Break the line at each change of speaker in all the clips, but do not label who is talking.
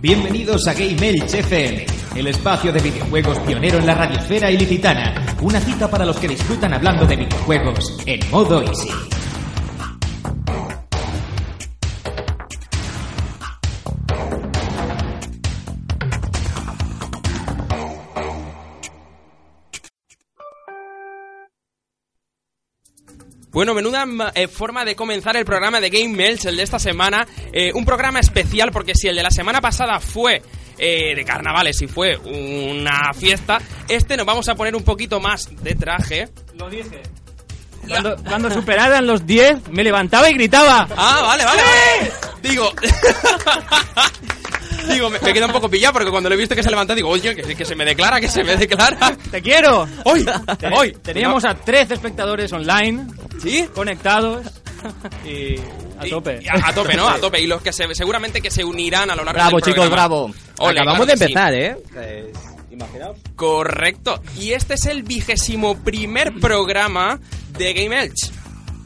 Bienvenidos a Game Elch FM, el espacio de videojuegos pionero en la radiosfera ilicitana. Una cita para los que disfrutan hablando de videojuegos en modo easy.
Bueno, menuda ma- eh, forma de comenzar el programa de Game Melch, el de esta semana. Eh, un programa especial porque si el de la semana pasada fue eh, de carnavales y fue una fiesta, este nos vamos a poner un poquito más de traje.
Lo dije. Cuando, cuando superaran los 10, me levantaba y gritaba.
Ah, vale, vale. vale. Digo... digo, me, me queda un poco pillado porque cuando lo he visto que se levanta digo, oye, que, que se me declara, que se me declara.
¡Te quiero!
Hoy,
Ten-
hoy.
Teníamos a 13 espectadores online
¿Sí?
conectados y a tope.
Y- y a, a tope, ¿no? A tope. Y los que se- seguramente que se unirán a lo largo
Bravo,
del
chicos,
programa.
bravo.
Ole, claro
Acabamos de
que sí.
empezar, ¿eh?
Correcto. Y este es el vigésimo primer programa de Game Elch.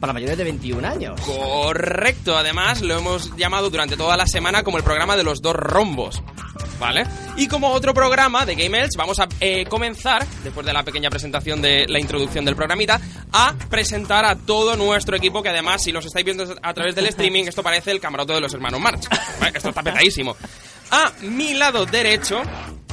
Para mayores de 21 años.
Correcto. Además, lo hemos llamado durante toda la semana como el programa de los dos rombos. ¿Vale? Y como otro programa de Game Elch, vamos a eh, comenzar, después de la pequeña presentación de la introducción del programita, a presentar a todo nuestro equipo, que además, si los estáis viendo a través del streaming, esto parece el camarote de los hermanos March. Vale, Esto está petadísimo. A mi lado derecho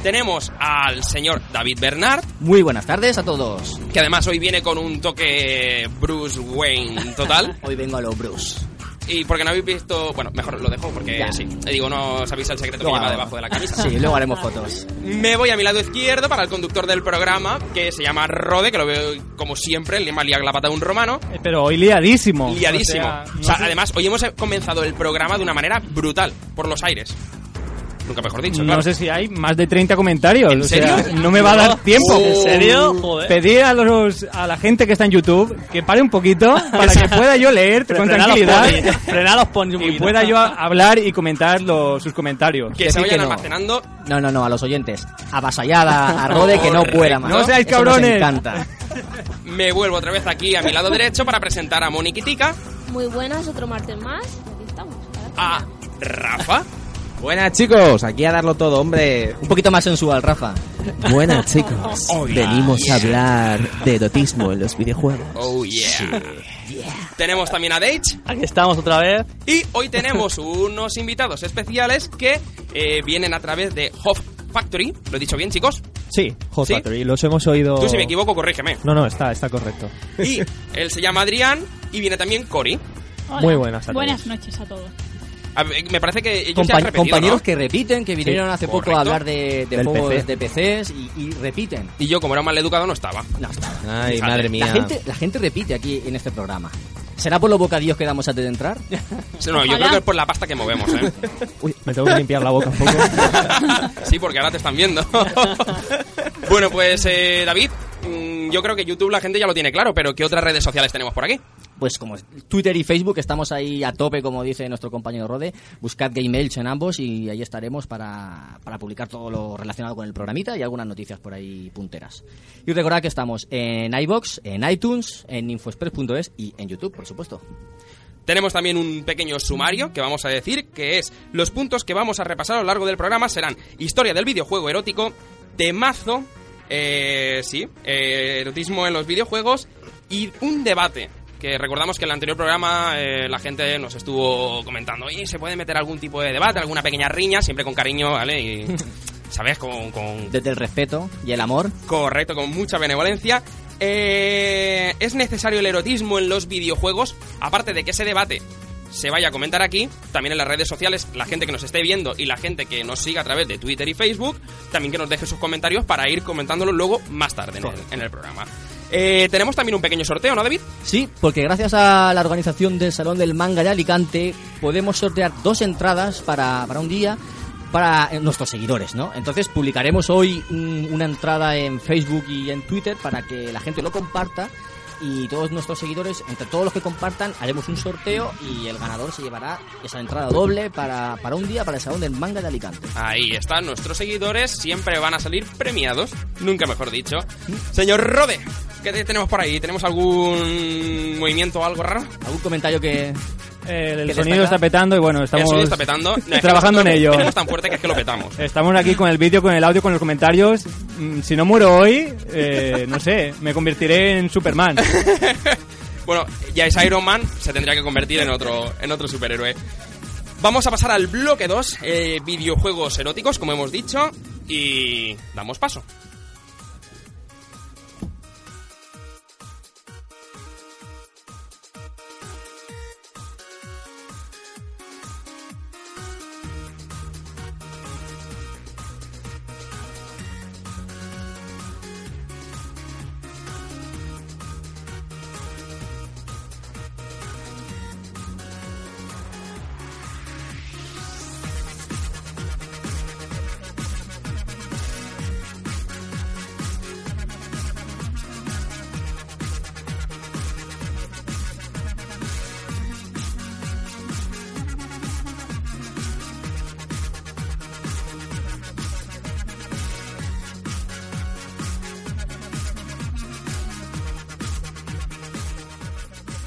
tenemos al señor David Bernard,
Muy buenas tardes a todos.
que además hoy viene con un toque Bruce Wayne total.
Hoy vengo a los Bruce.
Y porque no habéis visto. Bueno, mejor lo dejo porque
Ya.
sí. Eh, Digo, no sabéis el secreto que
Luego
lleva
hago.
debajo de la camisa.
Sí, luego haremos fotos.
Me voy a mi lado izquierdo para el conductor del programa, que se llama Rode, que lo veo como siempre, el más liado que la pata de un romano.
Eh, Pero hoy liadísimo.
Liadísimo.
O sea, no
O sea,
sé-
además, hoy hemos comenzado el programa de una manera brutal, por los aires. Nunca mejor dicho, claro.
No sé si hay más de 30 comentarios.
¿En
o sea,
serio?
no me va a dar tiempo.
¿En serio?
Joder. Pedir a, los, a la gente que está en YouTube que pare un poquito para que pueda yo leer con tranquilidad y pueda yo a- hablar y comentar los- sus comentarios.
Que
Decir
se vayan
que no.
almacenando.
No, no, no, a los oyentes. Avasallada, a Rode que no pueda más.
No seáis
Eso
cabrones.
Nos encanta.
Me vuelvo otra vez aquí a mi lado derecho para presentar a Moniquitica,
Muy buenas, otro martes más. Aquí estamos. para
a Rafa.
Buenas chicos, aquí a darlo todo, hombre.
Un poquito más sensual, Rafa.
Buenas chicos, venimos a hablar de erotismo en los videojuegos.
Oh yeah. Tenemos también a Dage.
Aquí estamos otra vez.
Y hoy tenemos unos invitados especiales que eh, vienen a través de Hof Factory. ¿Lo he dicho bien, chicos?
Sí, Hot
¿Sí?
Factory, los hemos oído.
Tú, si
Oh.
me equivoco, corrígeme.
No, no, está, está correcto.
Y él se llama Adrián y viene también Cory.
Hola.
Muy buenas a todos.
Buenas noches a todos.
A ver, Me parece que ellos se
Compa-
han repetido,
compañeros
¿no?
que repiten, que vinieron hace poco
correcto.
a hablar de, de
Del
juegos
PC.
de PCs y, y repiten.
Y yo, como era un mal educado, no estaba.
No, está.
Ay,
Fíjate,
madre mía.
La gente, la gente repite aquí en este programa. ¿Será por los bocadillos que damos antes de entrar?
No, yo
Ojalá.
creo que es por la pasta que movemos, ¿eh?
Uy, me tengo que limpiar la boca un poco.
sí, porque ahora te están viendo. bueno, pues, eh, David, mm, yo creo que YouTube la gente ya lo tiene claro, pero ¿qué otras redes sociales tenemos por aquí?
Pues como Twitter y Facebook estamos ahí a tope, como dice nuestro compañero Rode. Buscad Game Elch en ambos y ahí estaremos para, para publicar todo lo relacionado con el programita y algunas noticias por ahí punteras. Y recordad que estamos en iBox, en iTunes, en infoexpress.es y en YouTube, por supuesto.
Tenemos también un pequeño sumario que vamos a decir, que es los puntos que vamos a repasar a lo largo del programa serán historia del videojuego erótico, temazo, eh, sí, eh, erotismo en los videojuegos y un debate. Que recordamos que en el anterior programa eh, la gente nos estuvo comentando, oye, ¿se puede meter algún tipo de debate, alguna pequeña riña? Siempre con cariño, ¿vale? Y, ¿sabes? Con, con-
Desde el respeto y el amor.
Correcto, con mucha benevolencia. Eh, ¿Es necesario el erotismo en los videojuegos? Aparte de que ese debate se vaya a comentar aquí, también en las redes sociales, la gente que nos esté viendo y la gente que nos siga a través de Twitter y Facebook, también que nos deje sus comentarios para ir comentándolo luego más tarde en el, en el programa. Eh, tenemos también un pequeño sorteo, ¿no, David?
Sí, porque gracias a la organización del Salón del Manga de Alicante podemos sortear dos entradas para, para un día para eh, nuestros seguidores, ¿no? Entonces publicaremos hoy mm, una entrada en Facebook y en Twitter para que la gente lo comparta y todos nuestros seguidores, entre todos los que compartan, haremos un sorteo y el ganador se llevará esa entrada doble para, para un día para el Salón del Manga de Alicante.
Ahí están nuestros seguidores, siempre van a salir premiados, nunca mejor dicho. Señor Rode, ¿qué te- tenemos por ahí? ¿Tenemos algún movimiento o algo raro?
¿Algún comentario que,
eh, el
Que
sonido
destaca.
está petando y bueno, estamos
el sonido está petando. No, es que
trabajando en
nosotros
ello.
Tenemos tan fuerte que es que lo petamos.
Estamos aquí con el vídeo, con el audio, con los comentarios. Mm, Si no muero hoy, eh, no sé, me convertiré en Superman.
Bueno, ya es Iron Man, se tendría que convertir en otro, en otro superhéroe. Vamos a pasar al bloque 2, eh, videojuegos eróticos, como hemos dicho, y damos paso.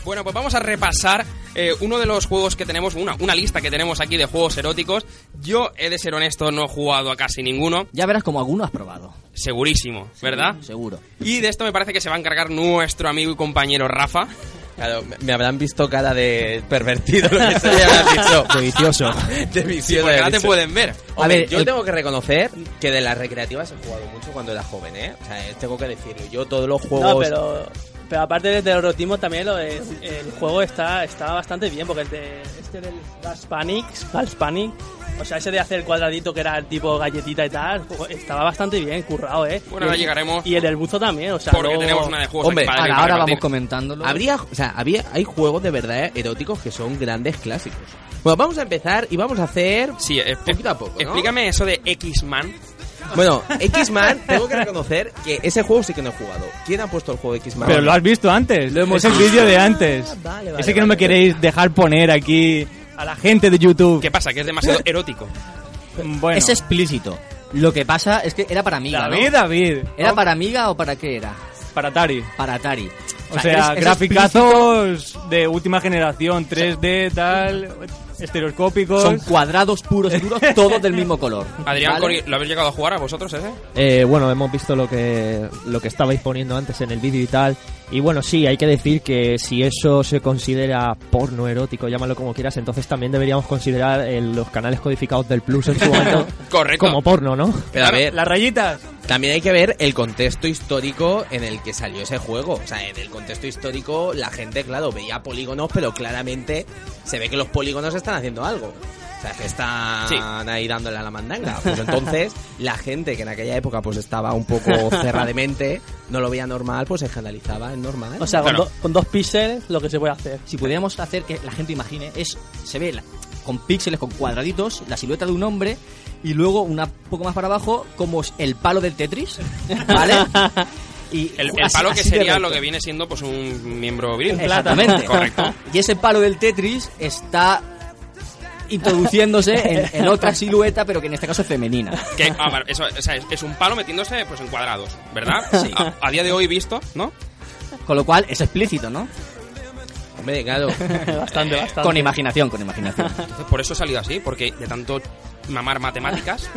Bueno, pues vamos a repasar eh, uno de los juegos que tenemos, una, una lista que tenemos aquí de juegos eróticos. Yo he de ser honesto, no he jugado a casi ninguno,
Ya verás como alguno has probado.
segurísimo, ¿verdad?
Seguro.
Y de esto me parece que se va a encargar nuestro amigo y compañero Rafa.
Claro, me- me habrán visto cara de pervertido, lo que sea, me habrán dicho. De vicioso. De
Sí,
vicioso.
porque ahora
me
te
han dicho.
pueden ver.
A ver, eh, yo
el-
tengo que reconocer que de las recreativas he jugado mucho cuando era joven, ¿eh? O sea, eh, tengo que decirlo. Yo todos los juegos...
Pues-
No, pero, pero aparte del erotismo también lo de- el juego está, está bastante bien, porque el de, este del Last Panic, Last Panic, o sea, ese de hacer el cuadradito que era el tipo galletita y tal, jo- estaba bastante bien currado, ¿eh? Y
Bueno, ahora
el-
llegaremos.
Y el del buzo también, o sea,
Porque
luego-
tenemos una de juegos
Hombre,
aquí para
Ahora,
para
ahora
repartir.
vamos comentándolo.
Habría, o sea, había, hay juegos de verdad eh, eróticos que son grandes clásicos. Bueno, vamos a empezar y vamos a hacer...
Sí, eh,
Poquito a poco, ¿no?
Explícame eso de X-Man.
Bueno, X-Man, tengo que reconocer que ese juego sí que no he jugado. ¿Quién ha puesto el juego de X-Man?
Pero lo has visto antes.
Lo hemos
es el
visto.
vídeo de antes.
vale, vale,
Ese que no me
vale.
queréis dejar poner aquí a la gente de YouTube. Mm,
¿Qué pasa? Que es demasiado erótico.
Bueno,
Es explícito. Lo que pasa es que era para Amiga, ¿no?
David, David.
¿Era para Amiga o para qué era?
Para Atari.
Para Atari.
O sea,
es- es
graficazos de última generación, 3D, tal, estereoscópicos.
Son cuadrados puros y duros, todos del mismo color.
Adrián,
¿Vale?
Cori, ¿lo habéis llegado a jugar a vosotros ese?
Eh, bueno, hemos visto lo que, lo que estabais poniendo antes en el vídeo y tal. Y bueno, sí, hay que decir que si eso se considera porno erótico, llámalo como quieras, entonces también deberíamos considerar eh, los canales codificados del Plus en su momento
Correcto.
como porno, ¿no?
Pero a ver,
Las rayitas.
También hay que ver el contexto histórico en el que salió ese juego. O sea, en el contexto histórico la gente, claro, veía polígonos, pero claramente se ve que los polígonos están haciendo algo. O sea, que están
Sí.
ahí dándole a la mandanga. Pues entonces, la gente que en aquella época pues estaba un poco cerrada de mente, no lo veía normal, pues se escandalizaba en normal.
O sea, con,
Claro.
do- con dos píxeles lo que se puede hacer.
Si pudiéramos hacer que la gente imagine, es se ve la- con píxeles, con cuadraditos, la silueta de un hombre y luego una poco más para abajo como s- el palo del Tetris, ¿vale? Y
El, el
así-
palo que
así de
sería
recto.
lo que viene siendo pues un miembro viril.
Exactamente.
Correcto.
Y ese palo del Tetris está introduciéndose en, en otra silueta, pero que en este caso es femenina.
Que, ah, vale, eso, o sea, es, es un palo metiéndose pues en cuadrados, ¿verdad? A, a día de hoy visto, ¿no?
Con lo cual es explícito, ¿no? Eh,
Hombre, claro.
Bastante, bastante.
Con imaginación, con imaginación.
Entonces por eso he salido así, porque de tanto mamar matemáticas,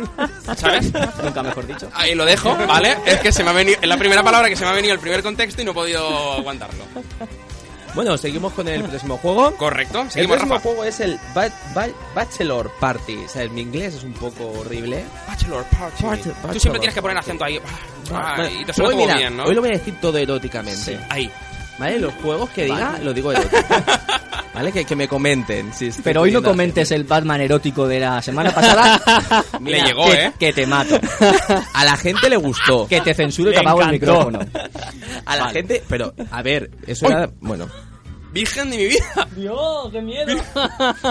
¿sabes?
Nunca mejor dicho.
Ahí lo dejo, ¿vale? Es que se me ha venido, es la primera palabra que se me ha venido el primer contexto y no he podido aguantarlo.
Bueno, seguimos con el próximo juego.
Correcto,
El
seguimos
próximo
Rafa.
juego es el Ba- Ba- Bachelor Party. O sea, el- mi inglés es un poco horrible.
Bachelor Party.
Bachelor-
Tú
Bachelor
siempre tienes que poner
Party.
acento ahí. Ah,
Bueno,
y te suena
hoy,
todo
mira,
bien, ¿no?
Hoy lo voy a decir todo eróticamente.
Ahí.
¿Vale? Los juegos que diga, lo digo erótico. ¿Vale? Que, que me comenten. si estoy
Pero hoy no
pidiendo
comentes el Batman erótico de la semana pasada.
Le llegó,
que,
¿eh?
Que te mato.
A la gente le gustó.
eh. Que te censuro y
Le
te apago el
encantó.
micrófono.
A la gente. Pero, a ver, eso era. Bueno,
Virgen de mi vida.
¡Dios, qué miedo!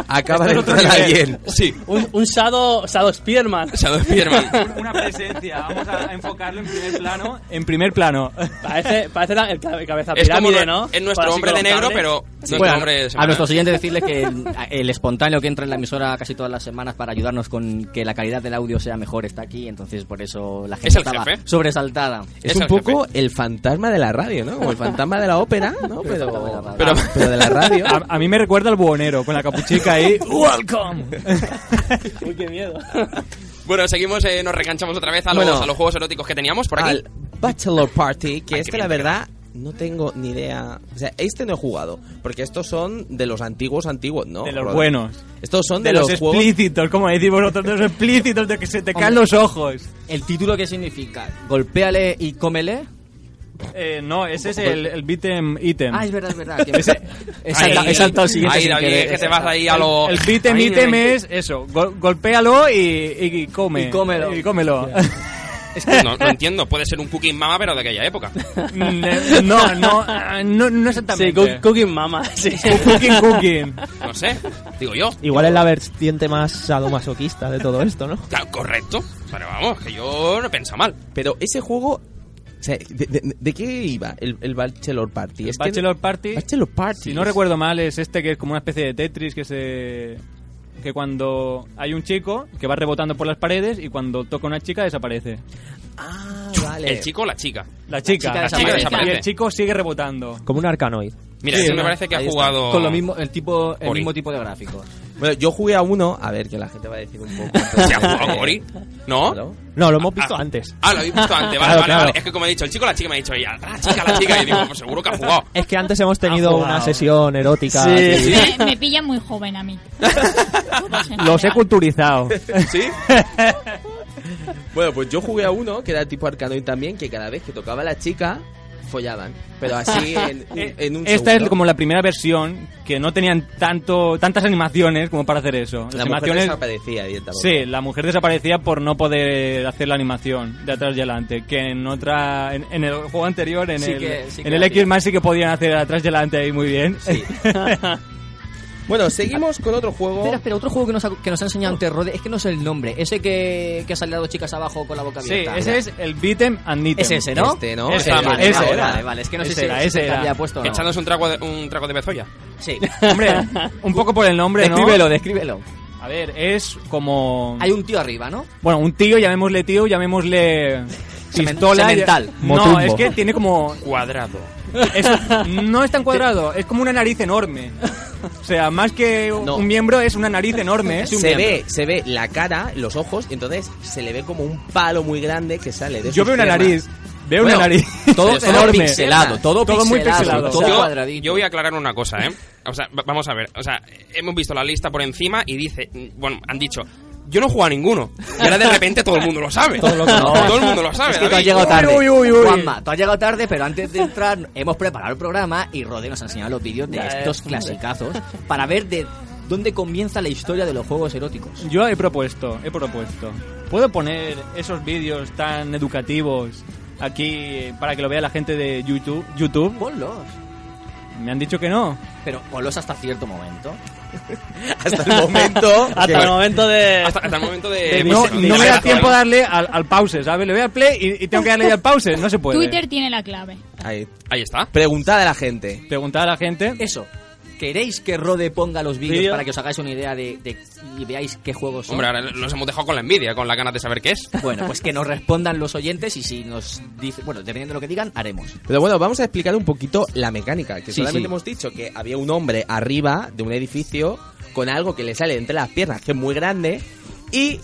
acaba de
Esto es otro
entrar
nivel.
alguien.
Sí.
un, un Shadow, Shadow Spiderman.
Shadow Spiderman.
Una presencia, vamos a enfocarlo en primer plano. En primer plano.
Parece, parece la- el cabe- cabeza
Es como
pirámide,
no-
¿no?
es
Con
nuestro
así
hombre
con los
de negro,
cables.
pero nuestro
Bueno,
hombre de
a
semana.
nuestros oyentes decirles que el, el espontáneo que entra en la emisora casi todas las semanas para ayudarnos con que la calidad del audio sea mejor está aquí, entonces por eso la gente
Es el
estaba
jefe.
sobresaltada.
Es
Es
un
el
poco el fantasma de la radio, ¿no? Como el fantasma de la ópera, ¿no?
Pero-
Pero. Ah,
Pero,
pero de la radio.
A, a mí me recuerda al buhonero con la capuchica ahí. ¡Welcome!
Uy, qué miedo.
Bueno, seguimos, eh, nos reganchamos otra vez a los,
Bueno.
a los juegos eróticos que teníamos por aquí.
Al Bachelor Party, que
Ay,
este,
qué
la
bien,
verdad, no tengo ni idea. O sea, este no he jugado. Porque estos son de los antiguos, antiguos, ¿no?
De los
Roder?
buenos.
Estos son de,
De los,
juegos.
explícitos, como decís vosotros, de los explícitos, de que se te caen los ojos.
¿El título qué significa? ¿Golpéale y cómele?
Eh, no, ese es el, el
Em.
beat'em item.
Ah, es verdad, es verdad. que-
Ese-
He saltado-
Ahí-
he saltado al siguiente.
ahí,
sin
David,
querer.
es que te vas ahí a lo...
El beat'em
Ahí,
item
ahí.
em es eso, gol- golpéalo y, y- y come.
Y cómelo.
Y cómelo.
No, no entiendo, puede ser un cooking mama, pero de aquella época.
Mm, eh, no, no, ah, no, no
Sí,
exactamente.
cook- Cooking Mama. Sí.
cooking, cooking.
No sé, digo yo.
Igual es la vertiente más sadomasoquista de todo esto, ¿no?
Claro, correcto. Pero vamos, que yo no pienso mal.
Pero ese juego. O sea, ¿de, de- de qué iba el, el Bachelor Party? Es que-
Bachelor Party.
Bachelor Party.
Si no recuerdo mal, es este que es como una especie de Tetris que se. que cuando hay un chico que va rebotando por las paredes y cuando toca una chica desaparece.
Ah, vale.
El chico o la chica.
La chica,
chica
la chica
desaparece.
desaparece. Y el chico sigue rebotando.
Como un arcanoid.
Mira,
Sí,
sí me
no,
parece que ha
ahí está.
jugado...
Con lo mismo, el, tipo, eh, el
Ori.
mismo tipo de gráficos.
Bueno, yo jugué a uno. A ver, que la gente va a decir un poco.
¿Se ha jugado Ori? ¿No?
Claro.
No, lo hemos visto
Ah.
antes.
Ah, lo habéis visto antes, vale,
Claro,
vale,
claro.
vale. Es que como he dicho, el chico o la chica me ha dicho ella, la chica, la chica, y digo, pues seguro que ha jugado.
Es que antes
Ah,
hemos tenido una sesión erótica.
Sí.
aquí.
Me, me pilla muy joven a mí.
Los he culturizado.
¿Sí? bueno, pues yo jugué a uno que era tipo arcanoid también, que cada vez que tocaba la chica, follaban. Pero así en, un- en un
Esta Eh, este es
segundo.
como la primera versión que no tenían tanto tantas animaciones como para hacer eso. Las
La mujer
animaciones.
desaparecía directamente.
Sí, la mujer desaparecía por no poder hacer la animación de atrás y adelante. Que en otra. en, en el juego anterior, en
Sí
el,
que- sí que
en el
la
X Man sí que podían hacer atrás y adelante ahí muy bien.
Bueno, seguimos con otro juego.
Espera, espera, otro juego que nos ha, que nos ha enseñado antes Rode, es que no sé el nombre. Ese que, que ha salido dos chicas abajo con la boca
Sí,
abierta.
ese es el beat'em and item.
Es ese, ¿no?
Este, ¿no?
Ese,
El-
vale,
Vale,
ese
vale,
era.
vale, vale, es que no
Ese
sé
era,
si
ese
se te
era.
había puesto o no.
Echándose un trago de, un trago de bezoya.
Sí.
Hombre, un poco por el nombre, ¿no?
Descríbelo, descríbelo.
A ver, es como...
Hay un tío arriba, ¿no?
Bueno, un tío, llamémosle tío, llamémosle...
Semen-
Pistola...
semental.
No,
Motumbo.
es que tiene como...
Cuadrado.
es- no es tan cuadrado, es como una nariz enorme. O sea, más que
No.
un miembro es una nariz enorme. ¿eh? es un
Se
miembro.
ve, se ve la cara, los ojos, y entonces se le ve como un palo muy grande que sale de
Yo
sus
veo una
piernas.
nariz. Veo
Bueno,
una nariz.
Todo,
Pero
todo
enorme.
pixelado, todo,
Todo muy pixelado.
todo
yo,
cuadradito.
yo voy a aclarar una cosa, ¿eh? O sea, va- vamos a ver. O sea, hemos visto la lista por encima y dice, bueno, han dicho, yo no he jugado a ninguno. Y ahora de repente todo el mundo lo sabe. todo, el mundo lo sabe.
Es que tú has
David.
llegado tarde.
Uy, uy, uy, uy.
Juanma, tú has llegado tarde, pero antes de entrar hemos preparado el programa y Rode nos ha enseñado los vídeos de
Ya,
estos
eh,
clasicazos para ver de dónde comienza la historia de los juegos eróticos.
Yo he propuesto, he propuesto. ¿Puedo poner esos vídeos tan educativos aquí eh, para que lo vea la gente de YouTube? YouTube?
Ponlos,
Me han dicho que no.
pero ponlos hasta cierto momento.
Hasta el momento.
Hasta el momento de...
Hasta, hasta el momento de...
De-
Eh, No,
pues, de
no me
la
da
lista,
tiempo
¿no?
a darle al, al pause, ¿sabes? Le voy al play y, y tengo que darle al pause. No se puede.
Twitter tiene la clave.
Ahí.
Ahí está.
Preguntad a la gente.
Preguntar a la gente.
Eso. ¿Queréis que Rode ponga los vídeos
Vídeo.
para que os hagáis una idea de, de- y veáis qué juegos son?
Hombre, ahora los hemos dejado con la envidia, con las ganas de saber qué es.
Bueno, pues que nos respondan los oyentes y si nos dicen, bueno, dependiendo de lo que digan, haremos.
Pero bueno, vamos a explicar un poquito la mecánica. Que
Sí,
solamente
sí.
hemos dicho que había un hombre arriba de un edificio con algo que le sale entre las piernas, que es muy grande. Y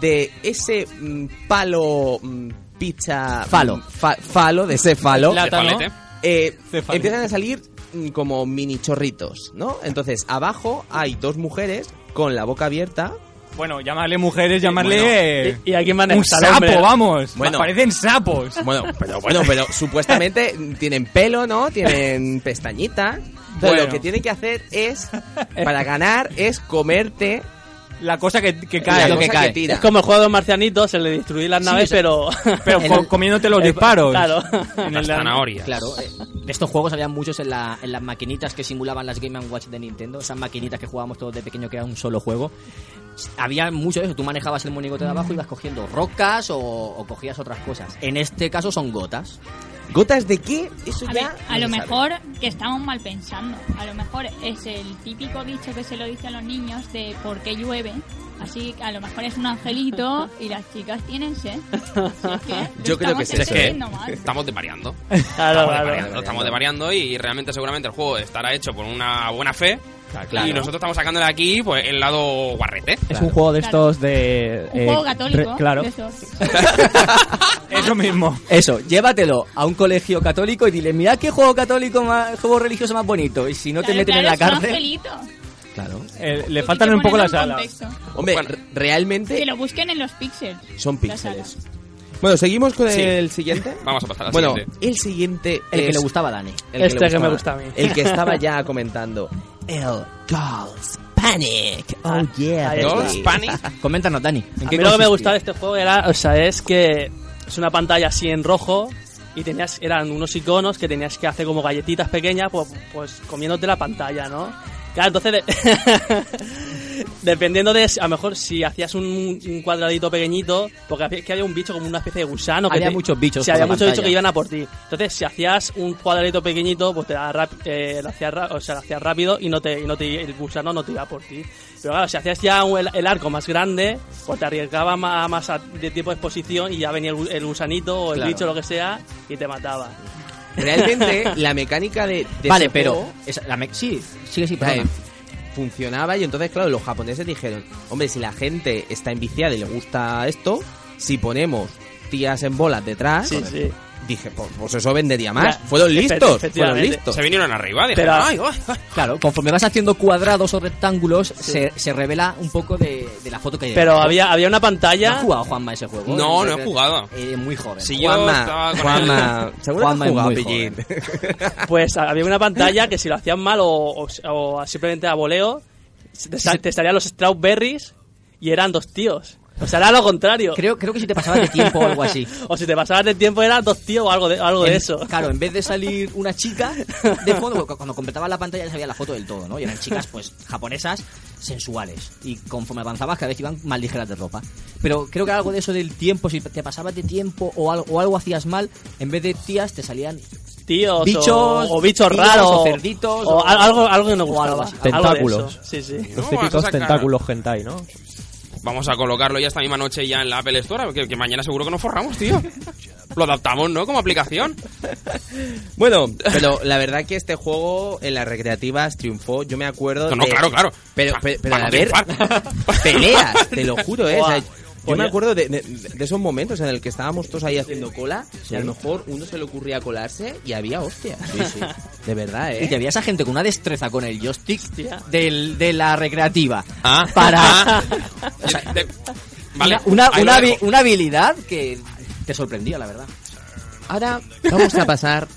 de ese mm, palo, mm, pizza.
Falo.
fa- falo, de ese falo.
La-
De
Plátano.
palete.
Eh,
Cefalea.
empiezan a salir mm, como mini chorritos, ¿no? Entonces, abajo hay dos mujeres con la boca abierta.
Bueno, llamarle mujeres, llamarle. eh,
¿Y, y a quién van a
un
estar,
sapo,
hombre?
vamos.
Bueno.
Parecen sapos.
Bueno, pero bueno, pero supuestamente tienen pelo, ¿no? Tienen pestañita. Entonces,
Bueno.
lo que tienen que hacer es, para ganar, es comerte
La cosa que, que
la
cae.
lo
cosa
que cae.
tira.
Es como el juego de los marcianitos, se le destruí las naves, pero...
Pero
El-
co- comiéndote los disparos.
Claro.
eh, En
Las
el-
zanahorias.
Claro, eh, de estos juegos había muchos en, la- en las maquinitas que simulaban las Game Watch de Nintendo, esas maquinitas que jugábamos todos de pequeño que era un solo juego. Había mucho de eso, tú manejabas el monigote de abajo y ibas cogiendo rocas o, o cogías otras cosas. En este caso son gotas.
¿Gotas de qué? Eso
A ver,
ya.
a
no
lo
se sabe.
mejor que estamos mal pensando. A lo mejor es el típico dicho que se lo dice a los niños de por qué llueve Así que a lo mejor es un angelito y las chicas tienen sed.
Yo creo que
estamos
sí. Es que
entendiendo mal.
estamos desvariando.
Claro,
estamos,
claro.
desvariando estamos desvariando y realmente seguramente el juego estará hecho por una buena fe.
claro.
Y nosotros estamos sacándole aquí pues, el lado guarrete.
Es un juego de estos de.
Un
eh,
juego católico.
re- claro.
de esos.
Eso mismo.
Eso, llévatelo a un colegio católico y dile, mira qué juego católico, más, juego religioso más bonito. Y si no te
Claro,
meten
claro,
en la
es un
cárcel...
angelito.
Claro.
Eh, le
Y
faltan
te
un poco
ponen
las
en
alas.
contexto.
Hombre,
Bueno.
re- realmente
Que lo busquen en los píxeles.
son
las
píxeles. Bueno, seguimos con
Sí.
el siguiente.
Vamos a pasar al
Bueno,
siguiente.
el siguiente
El que
es
le gustaba a Dani.
el le
Este que me
gustaba.
gusta a mí.
El que estaba ya comentando. El Girls Panic. Oh yeah.
ahí
baby.
Girls Panic.
Coméntanos, Dani.
A mí lo que me gustaba de este juego era, o sea, es que es una pantalla así en rojo y tenías, eran unos iconos que tenías que hacer como galletitas pequeñas, pues, pues comiéndote la pantalla, ¿no? Claro, entonces, de- dependiendo de, si- a lo mejor si hacías un, un cuadradito pequeñito, porque había, que había un bicho como una especie de gusano. Que
Había
te-
muchos bichos
Sí,
por
había
la
muchos bichos
pantalla.
que iban a por ti. Entonces, si hacías un cuadradito pequeñito, pues te daba rap- eh, lo hacías, ra- o sea, lo hacías rápido y no te, y no te, el gusano no te iba por ti. Pero claro, si hacías ya un- el, el arco más grande, pues te arriesgaba más, más a- de tipo de exposición y ya venía el, gu- el gusanito o el
Claro.
bicho, lo que sea, y te mataba.
Realmente la mecánica de, de
Vale,
ese
pero...
juego,
esa- la me- sí, sigue, sí,
o sea,
perdona.
funcionaba y entonces claro los japoneses dijeron hombre si la gente está enviciada y le gusta esto si ponemos tías en bolas detrás
Sí, sí.
dije pues, pues eso vendería más
Claro.
fueron
Efe-
listos fueron
efectivamente.
listos
Se vinieron arriba, dijeron,
Pero-
"Ay, oh, ay, ay".
Claro, conforme vas haciendo cuadrados o rectángulos, se, se revela un poco de, de la foto que hay.
Pero
debajo.
había, había una
¿No has
pantalla...
jugado Juanma ese juego?
No, no he jugado.
Eh, muy joven.
Sí, yo estaba
Juanma
con
Juanma seguro
Juanma
que
es
has jugado
muy
pillín
Pues había una pantalla que si lo hacían mal o, o- o simplemente a voleo, te, sal- te salían los Strawberries y eran dos tíos. O sea, era lo contrario.
Creo, creo que si te pasabas de tiempo o algo así.
O si te pasabas de tiempo eran dos tíos o algo de, algo de
En-
eso.
Claro, en vez de salir una chica de fondo, cu- cuando completaba la pantalla ya se veía la foto del todo, ¿no? Y eran chicas, pues, japonesas, sensuales. Y conforme avanzabas, cada vez iban más ligeras de ropa. Pero creo que algo de eso del tiempo, si te pasabas de tiempo o algo, o algo hacías mal, en vez de tías te salían
Tíos o-
Bichos,
o, bichos
tíos,
raros.
o cerditos,
o
o-
al- algo, algo que nos
o algo
gustaba.
así.
algo de
Tentáculos.
eso. Sí, sí.
No,
Los
vas a
típicos
sacar-
tentáculos hentai, ¿no?
Vamos a colocarlo ya esta misma noche ya en la Apple Store, que, que mañana seguro que nos forramos, tío. Lo adaptamos, ¿no? Como aplicación.
Bueno, pero la verdad que este juego en las recreativas triunfó. Yo me acuerdo.
No, no,
de-
claro, claro.
Pero,
Pa-
pero, pero
para
de haber
triunfar.
peleas, te lo juro, ¿eh? O sea,
Buah,
yo
pues
me
ya.
acuerdo de, de- de esos momentos en el que estábamos todos ahí haciendo cola y a lo mejor uno se le ocurría colarse y había hostias. Sí, sí. De verdad,
Y que
¿eh?
había esa gente con una destreza con el joystick
Hostia.
del, de la recreativa.
Ah.
Para.
Ah. De- vale.
Una,
ahí
una,
lo
una
dejo.
habi- una habilidad que te sorprendía, la verdad.
Ahora vamos a pasar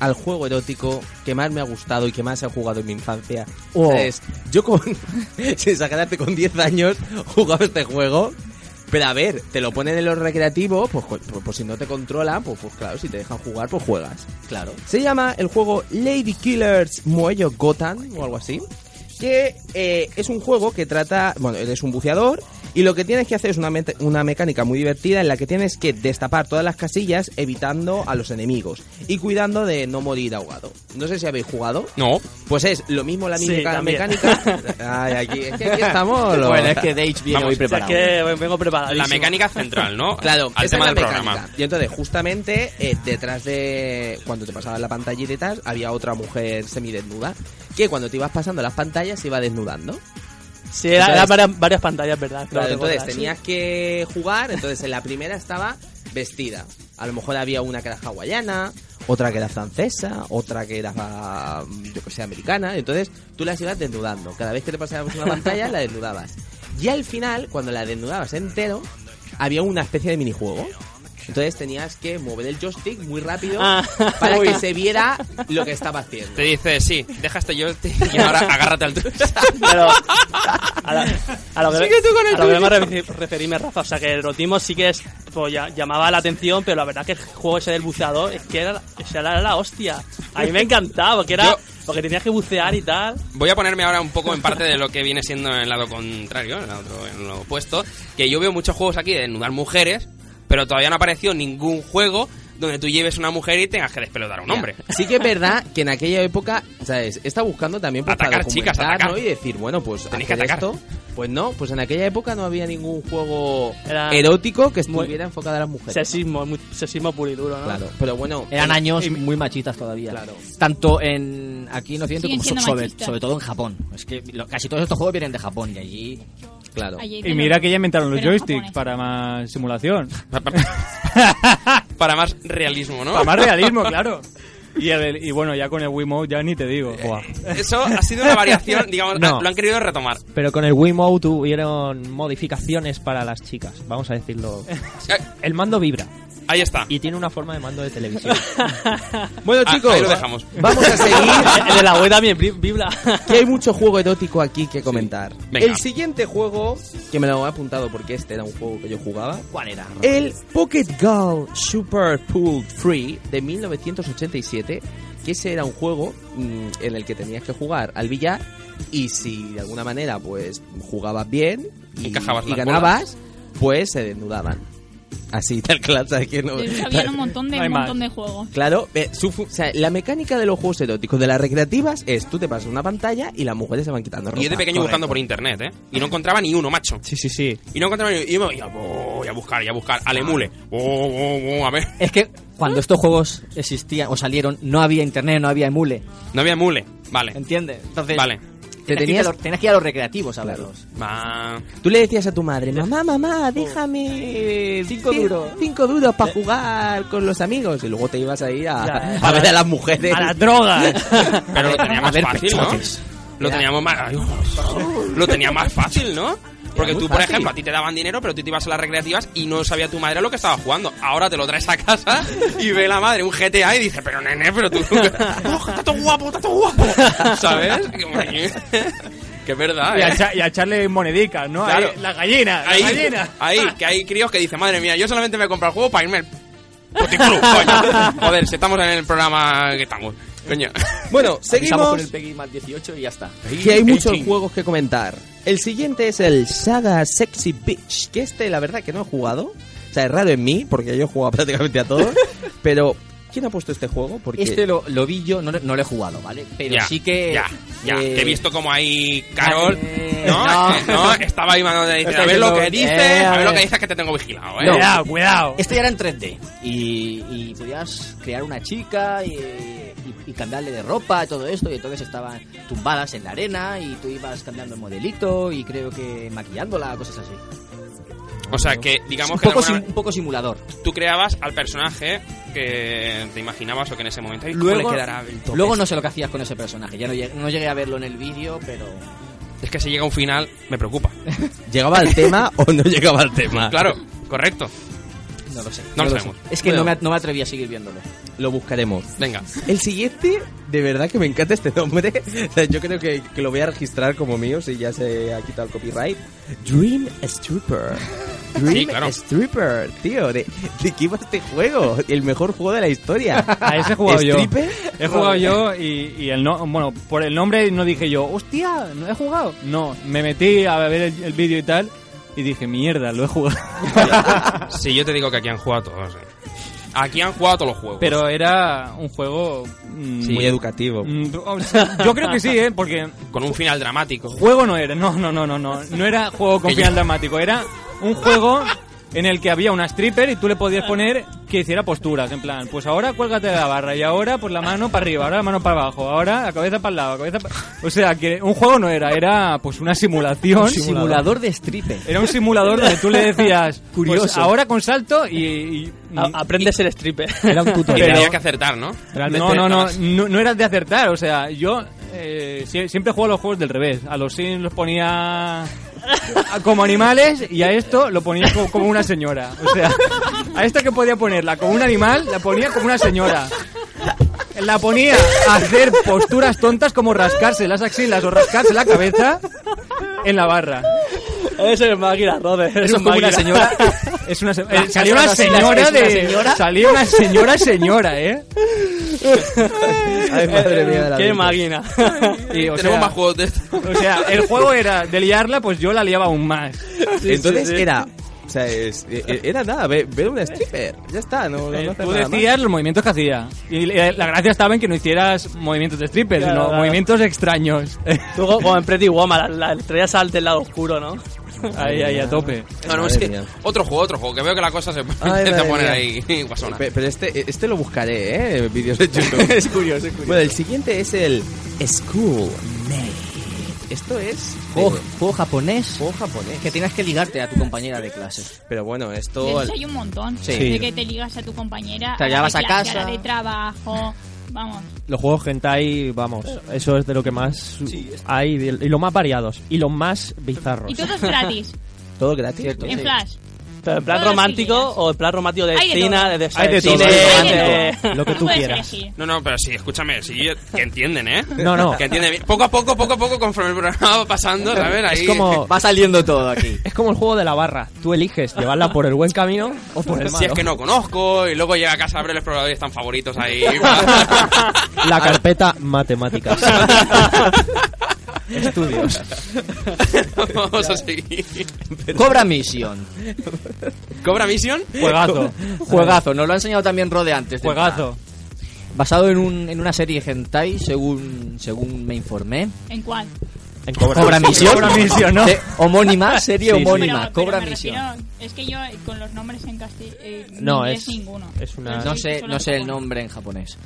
al juego erótico que más me ha gustado y que más he jugado en mi infancia.
Oh.
Es- yo con, sin exagerarte, con 10 años jugaba este juego. Pero a ver, te lo ponen en los recreativos, pues, jo- pues, pues si no te controlan, pues, pues claro, si te dejan jugar, pues juegas.
Claro.
Se llama el juego Lady Killers Muello Gotham o algo así. Que eh, es un juego que trata. Bueno, eres un buceador y lo que tienes que hacer es una, mete- una mecánica muy divertida en la que tienes que destapar todas las casillas evitando a los enemigos y cuidando de no morir ahogado. No sé si habéis jugado.
No.
Pues es lo mismo la
Sí,
misma
también.
mecánica. Ay, aquí, es que aquí estamos. los-
Bueno, es que Dage viene
Vamos,
hoy
O sea, es
preparado.
que vengo preparado.
La mecánica central, ¿no?
Claro,
Al
esa
tema del
es la mecánica.
programa.
Y entonces, justamente, eh, detrás de. Cuando te pasabas la pantalla y detrás, había otra mujer semidesnuda. Que cuando te ibas pasando las pantallas se iba desnudando.
Sí, era-
Entonces-
eran varias, varias pantallas, ¿verdad?
Claro,
Claro,
entonces
te
tenías que jugar. Entonces, en la primera estaba vestida. A lo mejor había una que era hawaiana, otra que era francesa, otra que era, mm, yo que sé, americana. Entonces, tú las ibas desnudando. Cada vez que te pasabas una pantalla, la desnudabas. Y al final, cuando la desnudabas entero, había una especie de minijuego. Entonces tenías que mover el joystick muy rápido
Ah.
para que se viera lo que estaba haciendo.
Te dice, sí, deja este yo y ahora agárrate al tuyo.
Pero a, la- a lo que, a lo que me refi- referí me Rafa, o sea que el erotismo sí que es, pues, ya- llamaba la atención, pero la verdad que el juego ese del buceador es que era, esa era la hostia. A mí me encantaba, porque era
Yo-
porque tenías que bucear y tal.
Voy a ponerme ahora un poco en parte de lo que viene siendo en el lado contrario, en el, otro, en el lado opuesto, que yo veo muchos juegos aquí de desnudar mujeres, pero todavía no ha aparecido ningún juego donde tú lleves una mujer y tengas que despelodar a un hombre.
Sí que es verdad que en aquella época, ¿sabes? Está buscando también pues, para
Atacar, chicas,
documentar,
atacar.
¿no? Y decir, bueno, pues
Tenéis que
hacer
atacar.
esto. Pues no, pues en aquella época no había ningún juego
Era-
erótico que estuviera enfocado a las mujeres.
Sexismo, muy- sexismo puro y duro, ¿no? Eh,
Claro, pero bueno,
Eran años muy machistas todavía. Tanto en aquí en Occidente
Siguen
como so-
siendo
sobre,
machistas.
sobre todo en Japón. Es que lo- casi todos estos juegos vienen de Japón y allí.
Claro.
Allí
Y mira que ya inventaron los
Pero en
joysticks para más simulación.
Para más realismo, ¿no?
Para más realismo, claro. Y, el- y bueno, ya con el Wiimote ya ni te digo. Buah.
Eso ha sido una variación, digamos,
No.
lo han querido retomar.
Pero con el Wiimote hubieron modificaciones para las chicas, vamos a decirlo. El mando vibra
Ahí está.
y tiene una forma de mando de televisión.
Bueno,
Ah,
chicos,
ahí lo dejamos.
vamos a seguir.
El de la web también, bri- Bibla.
que hay mucho juego erótico aquí que comentar.
Venga.
El siguiente juego, que me lo he apuntado porque este era un juego que yo jugaba,
¿Cuál era?
el Pocket Girl Super Pool 3 de 1987, que ese era un juego mm, en el que tenías que jugar al billar y si de alguna manera pues jugabas bien y,
Encajabas
y
las
ganabas, pues se desnudaban. Así tal claro, ¿sabes que no?
Había un montón de,
No hay
un
más.
montón de juegos.
Claro, eh, su fu- o sea, la mecánica de los juegos eróticos, de las recreativas, es tú te pasas una pantalla y las mujeres se van quitando ropa.
Y yo de pequeño buscando por internet, ¿eh? Y no encontraba ni uno, macho.
Sí, sí, sí.
Y no encontraba ni uno. Y yo me iba, "Oh, voy a buscar, voy a buscar. Al emule. Oh, oh, oh, a ver.
Es que cuando estos juegos existían o salieron, no había internet, no había emule.
No había emule. Vale.
¿Entiendes? Entonces.
Vale.
Te tenías, que ir a los- tenías que ir a los recreativos a verlos.
Va.
Tú le decías a tu madre, mamá,
Oh.
mamá, déjame cinco duros, cinco duros para jugar con los amigos. Y luego te ibas ahí a,
Ya,
a ver a las mujeres.
A las drogas.
Pero lo
a
teníamos
ver,
fácil, ¿no?
pechotes.
Lo teníamos más. ay, Lo tenía más fácil, ¿no? Porque
muy
tú, por
fácil.
ejemplo, a ti te daban dinero, pero tú te ibas a las recreativas y no sabía tu madre lo que estaba jugando. Ahora te lo traes a casa y ve la madre un GTA y dice, pero nene, pero tú... ¡Oh, está todo guapo, está todo guapo! ¿Sabes? Y como que- que es verdad,
Y, a
¿eh?
echa- y a echarle monedicas, ¿no?
Claro.
Ahí, la gallina, la
Ahí,
gallina.
ahí, que hay críos que dicen, madre mía, yo solamente me he comprado el juego para irme al puticlub, coño. Joder, si estamos en el programa que estamos. Coño.
Bueno,
Avisamos con
seguimos.
el Peggy más 18 y ya está.
Que hay muchos juegos que comentar. El siguiente es el Saga Sexy Bitch. Que este, la verdad, que no he jugado. O sea, es raro en mí, porque yo he jugado prácticamente a todos. pero, ¿quién ha puesto este juego? Porque
Este lo, lo vi yo, no, le- no lo he jugado, ¿vale? Pero
Ya,
sí que.
Ya, ya.
eh,
que he visto como ahí Carol.
eh,
no,
no.
no, estaba ahí mandando. dice,
Está
A ver lo que
diciendo,
dices,
eh, a
a ver lo
ver".
que dices que te tengo vigilado, eh.
No.
Cuidado, cuidado.
Este ya era en 3D y, y podías crear una chica y, y- y cambiarle de ropa y todo esto y entonces estaban tumbadas en la arena y tú ibas cambiando el modelito y creo que maquillándola, cosas así.
O sea, que digamos
un,
que de
poco
alguna
sim- un poco simulador.
manera tú creabas al personaje que te imaginabas o que en ese momento. "Ay, ¿cómo
Luego,
le quedará el este. toque?".
luego no sé lo que hacías con ese personaje, ya no llegué, no llegué a verlo en el vídeo, pero...
Es que si llega un final, me preocupa.
¿Llegaba al tema o no llegaba al tema?
Claro, correcto.
No lo sé.
No lo
sé.
sabemos.
Es que
Bueno.
no, me, at- no me atreví a seguir viéndolo.
Lo buscaremos.
Venga.
El siguiente, de verdad que me encanta este nombre. O sea, Yo creo que, que lo voy a registrar como mío si ya se ha quitado el copyright. Dream Stripper. Dream
Sí, claro.
Stripper, tío. ¿De, de qué iba este juego? El mejor juego de la historia.
A Ah, ese he jugado yo.
¿Stripper?
He jugado yo y, y el no, bueno, por el nombre no dije yo, hostia, no he jugado. No, me metí a ver el, el vídeo y tal y dije, mierda, lo he jugado.
Si yo te digo que aquí han jugado todos. eh. Aquí han jugado todos los juegos.
Pero era un juego... mm,
Muy educativo.
mm, o sea, yo creo que sí, ¿eh? Porque
Con un final dramático.
juego no era, no, no, no, no, no. No era juego con
Que yo-
final dramático, era un juego en el que había una stripper y tú le podías poner que hiciera posturas, en plan, pues ahora cuélgate de la barra y ahora pues la mano para arriba, ahora la mano para abajo, ahora la cabeza para el lado, la cabeza para... O sea, que un juego no era, era pues una simulación.
Un simulador de stripper.
Era un simulador donde tú le decías,
Curioso.
pues ahora con salto y... y-
A- Aprendes el stripper.
Era un
Y
tutorial.
tenía que acertar, ¿no?
no, no, no, no, no eras de acertar, o sea, yo eh, sie- siempre juego a los juegos del revés. A los Sims los ponía como animales y a esto lo ponía co- como, una señora. O sea, a esta que podía ponerla como un animal, la ponía como una señora. La ponía a hacer posturas tontas como rascarse las axilas o rascarse la cabeza en la barra.
Eres el máquina, Robert. Eres
Eso es
un
como una
máquina.
señora...
Es una, se- eh,
Rascarse
salió una
las axilas,
señora
¿es una
de...
señora?
Salió una señora señora, ¿eh?
Ay, madre mía de la
Qué
vida.
máquina.
Y, o
Tenemos
sea,
más juegos de esto.
O sea, el juego era de liarla, pues yo la liaba aún más.
Entonces era O sea, es- e- e- era nada, ve- ver un stripper. Ya está, no, no, no hace
Eh, Tú
nada más.
decías los movimientos que hacía. Y la la gracia estaba en que no hicieras movimientos de stripper,
Claro,
sino
claro.
movimientos extraños.
Tú co- como en Pretty Woman, la, la estrella sale del lado oscuro, ¿no?
Ahí, ahí, a tope.
No, no, es que otro juego, otro juego, que veo que la cosa se empieza a
madre
poner
mía.
ahí guasona.
Pe- Pero este, este lo buscaré, ¿eh? Vídeos de YouTube. es curioso, es curioso. Bueno, el siguiente es el School Name. Esto es...
Juego, juego japonés.
Juego japonés.
Que tienes que ligarte a tu compañera de clase.
Pero bueno, esto...
De eso hay un montón.
Sí.
De que te ligas a tu compañera.
Te la
la
llevas
de
a
clase,
casa.
la de trabajo. Vamos.
Los juegos hentai, vamos, eso es de lo que más hay y los más variados y los más bizarros.
Y todo es gratis.
Todo gratis.
en flash.
Pero en plan
Todas
romántico o en plan romántico de
Hay de todo.
escena, de, de,
Hay de
cine,
todo, hay de
de-
todo. Lo que tú
Puedes
quieras.
elegir.
No, no, pero sí, escúchame, sí, que entienden, ¿eh?
No, no.
Que entienden bien. Poco a poco, poco a poco, conforme el programa va pasando, ¿sabes? Ahí...
Es como,
Va saliendo todo aquí.
es como el juego de la barra. Tú eliges llevarla por el buen camino o por el malo.
pues, Si es que no conozco, y luego llega a casa, abre el explorador y están favoritos ahí.
La carpeta matemáticas. Estudios.
Vamos a seguir.
Cobra Mission.
¿Cobra Mission?
Juegazo.
Juegazo. Nos lo ha enseñado también Rode antes. de
Juegazo.
entrar. Basado en, un, en una serie hentai, según, según me informé.
¿En cuál?
En
Pues
Cobra Misión.
Cobra Misión, ¿no?
Se- homónima, serie
Sí, sí.
Pero-
homónima,
pero
Cobra
me
Misión.
refiero- es que yo eh, con los nombres en castellano.
No,
no
es-
es ninguno.
es una-
Pero
No
sí,
sé,
solo
no sé el
japonés.
nombre en japonés.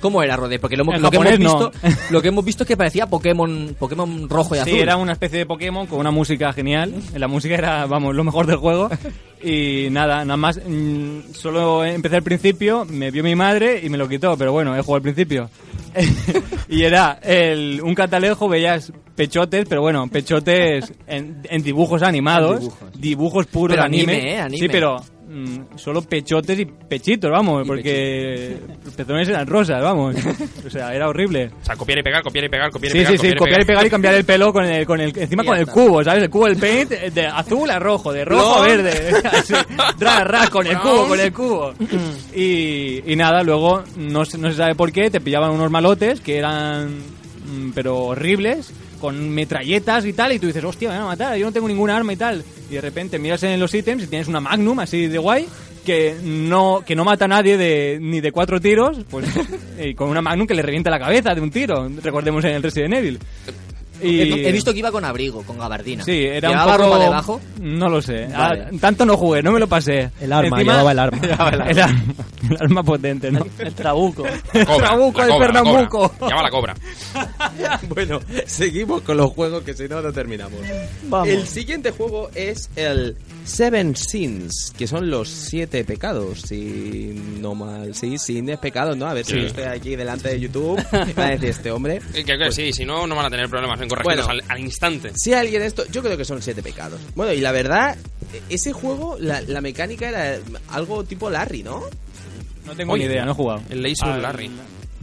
¿Cómo era Rode? Porque lo, hemos-
En
lo que hemos
japonés
visto,
no.
lo que hemos visto es que parecía Pokémon, Pokémon rojo y azul.
Sí, era una especie de Pokémon con una música genial. La música era, vamos, lo mejor del juego. Y nada, nada más. mm, solo empecé al principio, me vio mi madre y me lo quitó, pero bueno, he jugado al principio. y era el, un catalejo, veías pechotes, pero bueno, pechotes en, en dibujos animados,
En
dibujos.
dibujos.
puros
Pero
de anime.
anime, ¿eh? Anime.
Sí, pero mm, solo pechotes y pechitos, vamos, porque los pezones eran rosas, vamos. O sea, era horrible.
O sea, copiar y pegar, copiar y pegar, copiar y
Sí,
pegar.
sí, sí, copiar y pegar y cambiar el pelo con el, con el encima
Y
con
ya
el
está.
cubo, ¿sabes? El cubo, el paint, eh, de azul a rojo, de rojo a
Blon.
verde. Así, ra, ra, con el cubo, con el cubo. Y, y nada, luego, no, se- no se sabe por qué, te pillaban unos malotes que eran, mm, pero horribles, con metralletas y tal, y tú dices, hostia, me van a matar, yo no tengo ninguna arma y tal. Y de repente miras en los ítems y tienes una magnum así de guay, que no, que no mata a nadie de, ni de cuatro tiros, pues y con una magnum que le revienta la cabeza de un tiro, recordemos en el Resident Evil. Y-
He he visto que iba con abrigo, con gabardina.
Sí, era
Llevaba
un poco...
ropa debajo.
No lo sé.
Vale.
Ah, tanto no jugué, no me lo pasé.
El arma,
Encima-
llevaba el arma.
Llevaba el arma. El arma, el arma potente, ¿no?
el trabuco.
La cobra,
Trabuco
la
de
cobra, la
Pernambuco.
cobra. Llama a la cobra.
bueno, seguimos con los juegos que si no, no terminamos.
Vamos.
El siguiente juego es el Seven Sins, que son los siete pecados. Si no mal, sí, sin es pecado, ¿no? A ver si yo estoy aquí delante de YouTube. Va a decir este hombre.
Eh, Que, que sí, si no, no van a tener problemas en corregirlos
Bueno.
al, al instante.
Si alguien esto, yo creo que son siete pecados. Bueno, y la verdad, ese juego, la, la mecánica era algo tipo Larry, ¿no?
No tengo
Oye,
ni idea, no he jugado.
El Laser
Ah,
Larry.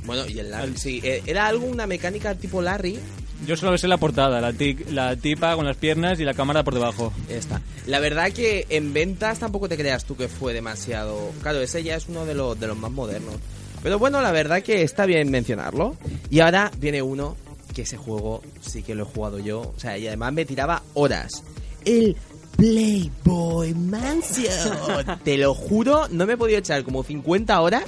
Bueno, y el Larry, sí, eh, era algo una mecánica tipo Larry,
Yo solo sé la portada, la, ti- la tipa con las piernas y la cámara por debajo.
Esta. La verdad que en ventas tampoco te creas tú que fue demasiado. Claro, ese ya es uno de los, de los más modernos. Pero bueno, la verdad que está bien mencionarlo. Y ahora viene uno que ese juego sí que lo he jugado yo. O sea, y además me tiraba horas. El Playboy Mansion. te lo juro, no me he podido echar como 50 horas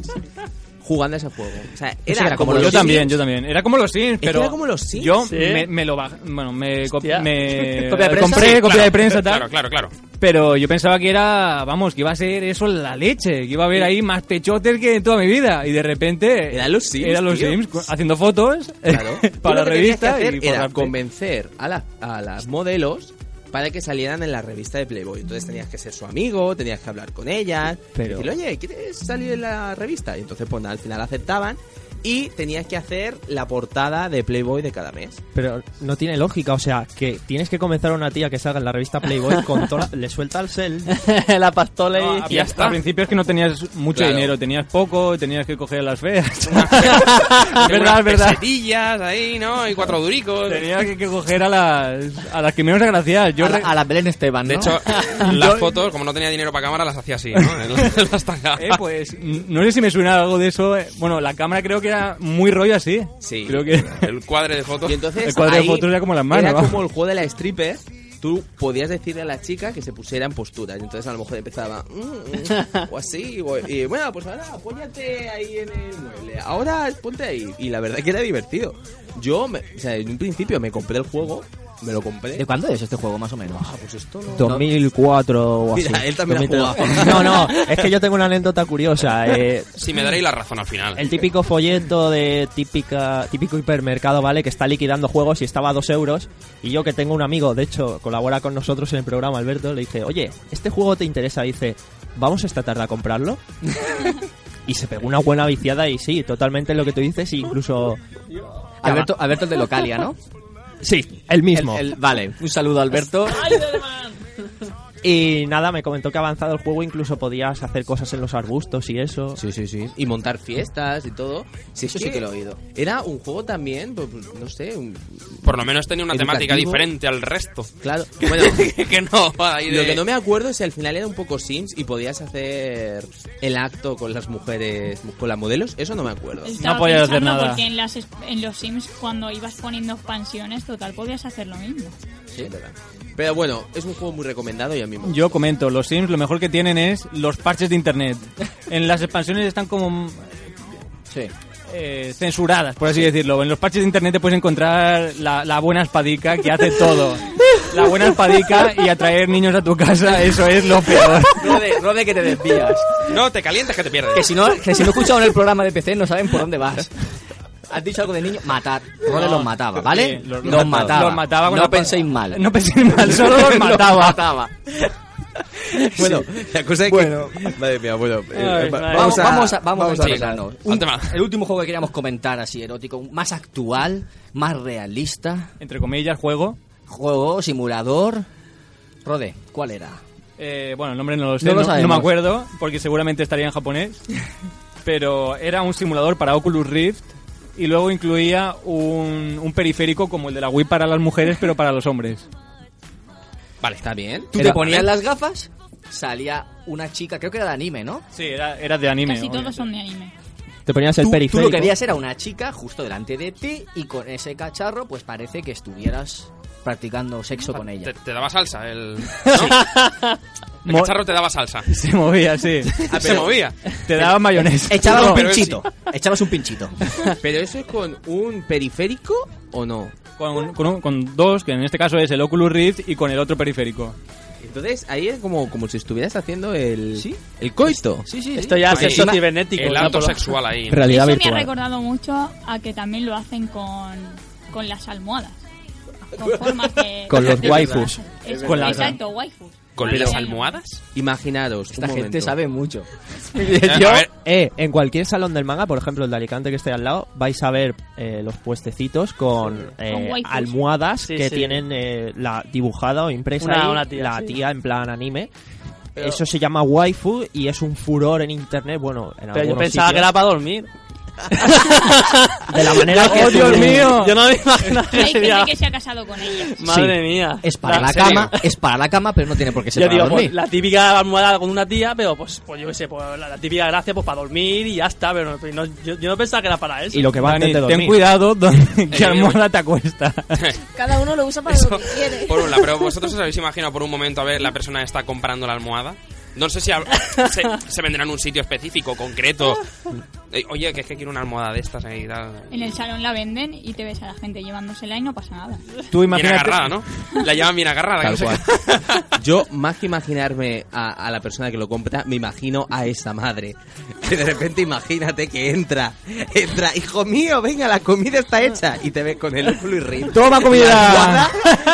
jugando a ese juego. O sea, era,
era
como,
como
los
Pues yo
Sims.
también, yo también. Era como los Sims, pero...
era como los Sims.
Yo
Sí.
me, me lo bajé... Bueno, me, co-
Hostia.
me
¿Copia de prensa?
compré
Sí,
copia de prensa tal.
Claro, claro, claro.
Pero yo pensaba que era, vamos, que iba a ser eso la leche, que iba a haber ahí más pechotes que en toda mi vida. Y de repente.
Eran los Sims,
Eran los
tío.
Sims, cu- haciendo fotos
Claro. Tú
para
lo
la
que tenías que
revista.
hacer
y
era
forrarte.
convencer a, la- a las modelos para que salieran en la revista de Playboy. Entonces tenías que ser su amigo, tenías que hablar con ellas,
Pero-
decirle, oye, ¿quieres salir en la revista? Y entonces, pues nada, al final aceptaban y tenías que hacer la portada de Playboy de cada mes.
Pero no tiene lógica, o sea, que tienes que comenzar a una tía que salga en la revista Playboy con toda la- le suelta el cel.
la pastola
No,
y...
a-
Y ya está.
Al principio es que no tenías mucho
Claro.
dinero, tenías poco, tenías que coger las feas. verdad,
Unas
es verdad.
pesetillas ahí, ¿no? Y cuatro duricos.
Tenías que, que coger a las, a las que menos agraciadas. Yo
a, la,
re-
a la Belén Esteban,
De
¿no?
hecho, las fotos, como no tenía dinero para cámara, las hacía así, ¿no? En la- en las tangas.
Eh, pues n- no sé si me suena algo de eso. eh. Bueno, la cámara creo que era muy rollo así.
Sí.
Creo que.
El cuadre de fotos.
Y entonces
El cuadro de
ahí
fotos era como las manos,
Era
vamos.
como el juego de la stripper, tú podías decirle a la chica que se pusiera en postura. Y entonces a lo mejor empezaba, mm, mm, o así, o- y bueno, pues ahora apóyate ahí en el mueble. Ahora ponte ahí. Y la verdad es que era divertido. Yo, me- o sea, en un principio me compré el juego, me lo compré.
¿De cuándo es este juego, más o menos?
Ah, pues esto no-
2004 o así.
Mira, él también ha
2003.
jugado.
No, no, es que yo tengo una anécdota curiosa. eh,
Si me daréis la razón al final.
El típico folleto de típica, típico hipermercado, ¿vale? Que está liquidando juegos y estaba a dos euros. Y yo que tengo un amigo, de hecho, colabora con nosotros en el programa, Alberto, le dije, oye, ¿este juego te interesa? Y dice, ¿vamos esta tarde a comprarlo? y se pegó una buena viciada y sí, totalmente lo que tú dices, e incluso...
Alberto, Alberto el de Localia, ¿no?
Sí, el mismo.
El- el- vale, un saludo a Alberto.
Y nada, me comentó que ha avanzado el juego, incluso podías hacer cosas en los arbustos y eso.
Sí, sí, sí. Y montar fiestas y todo. Si es
Eso sí que lo he
oído. Era un juego también, pues, pues, no sé. un-
Por lo menos tenía una temática
Educativo.
diferente al resto.
Claro. Bueno,
que no, va ahí de-
Eh,
Lo que no me acuerdo es si al final era un poco Sims y podías hacer el acto con las mujeres, con las modelos. Eso no me acuerdo.
Estaba
podías hacer
pensando
nada.
Porque en, las, es- en los Sims, cuando ibas poniendo expansiones, total, podías hacer lo mismo.
Sí, es verdad. Pero bueno, es un juego muy recomendado y a mí me
Yo comento, los Sims lo mejor que tienen es los parches de internet. En las expansiones están como
Sí.
eh, censuradas, por así decirlo. En los parches de internet te puedes encontrar la, la buena espadica que hace todo. La buena espadica y atraer niños a tu casa, eso es lo peor.
Rode, Rode, que te desvías.
No, te calientas que te pierdes.
Que si no, que si no escucharon el programa de PC no saben por dónde vas. Has dicho algo de niño, matar. Rode
No,
los mataba, ¿vale?
sí, los-
los,
los mataba.
mataba.
Los mataba con
no
la pa-
penséis mal.
No penséis mal, solo los mataba.
mataba.
Bueno, la cosa es
Bueno.
que. Madre mía, bueno. eh,
Ay,
va-
madre.
Vamos, vamos a, vamos, a
sí,
empezarnos.
al
Un-
tema.
El último juego que queríamos comentar así erótico, más actual, más realista,
Entre comillas, juego.
juego, simulador. Rode, ¿cuál era?
Eh, bueno, el nombre no lo sé,
No
no,
lo sabemos.
no me acuerdo, porque seguramente estaría en japonés. Pero era un simulador para Oculus Rift y luego incluía un, un periférico como el de la Wii para las mujeres, pero para los hombres.
Vale, está bien.
Tú
Era-
te ponías las gafas, salía una chica, creo que era de anime, ¿no?
Sí, era, era de anime.
Casi todos
obviamente.
son de anime.
Te ponías el
Tú, tú
periférico.
lo que querías era una chica justo delante de ti y con ese cacharro pues parece que estuvieras practicando sexo con ella.
Te, te daba salsa el. ¿no? El
Mo-
cacharro te daba salsa. Ah,
Se movía, sí.
Se movía.
Te daba mayonesa.
Echabas
No,
un
pero él
pinchito, echabas un pinchito.
¿Pero eso es con un periférico o no?
Con, con un- con dos, que en este caso es el Oculus Rift y con el otro periférico.
Entonces ahí es como, como si estuvieras haciendo el. El coito.
Sí, sí, sí.
Esto ya es
Ahí.
Pues
sexo cibernético.
El
ya,
acto
por lo-
sexual ahí.
Realidad
Eso me ha
virtual.
recordado mucho a que también lo hacen con, con las almohadas. Con formas de...
Con los waifus.
Eso,
Con las-
exacto, waifus.
¿Con
Pero-
las almohadas?
Imaginaros.
Esta
un
gente
momento.
sabe mucho.
A ver,
Eh, en cualquier salón del manga, por ejemplo el de Alicante que esté al lado, vais a ver eh, los puestecitos con, eh,
Con waifus.
almohadas
Sí,
que
sí.
tienen eh, la dibujada o impresa
Una-
ahí,
una tía,
la
sí.
tía en plan anime. Eso se llama waifu y es un furor en internet, bueno, en
Pero yo
algunos
pensaba que
sitios.
era para dormir.
de la manera que
¡Oh, Dios
tú-
mío! Yo no me imaginaba que
Hay
sería...
gente que se ha casado con ella.
Madre mía.
Es para la
¿en serio?
cama, es para la cama, pero no tiene por qué ser
Yo
para
digo,
dormir.
pues, la típica almohada con una tía, pero pues, pues yo qué sé, pues, la, la típica gracia pues para dormir y ya está, pero no- yo, yo no pensaba que era para eso. Eh,
Y lo que va
Dani,
antes de
ten
dormir.
cuidado donde, que almohada te acuesta.
Cada uno lo usa para lo que quiere.
por un lado, pero vosotros os habéis imaginado por un momento a ver la persona está comprando la almohada. No sé si hab- se, se vendrá en un sitio específico, concreto. Eh, Oye, que es que quiero una almohada de estas ahí y tal.
En el salón la venden y te ves a la gente llevándosela y no pasa nada.
Tú
Bien
imagínate...
agarrada, ¿no? La llevan bien agarrada. que no
Tal
sé
cual.
qué.
Yo, más que imaginarme a, a la persona que lo compra, me imagino a esa madre. Que de repente imagínate que entra, entra, hijo mío, venga, la comida está hecha. Y te ves con el óculo y río.
¡Toma comida!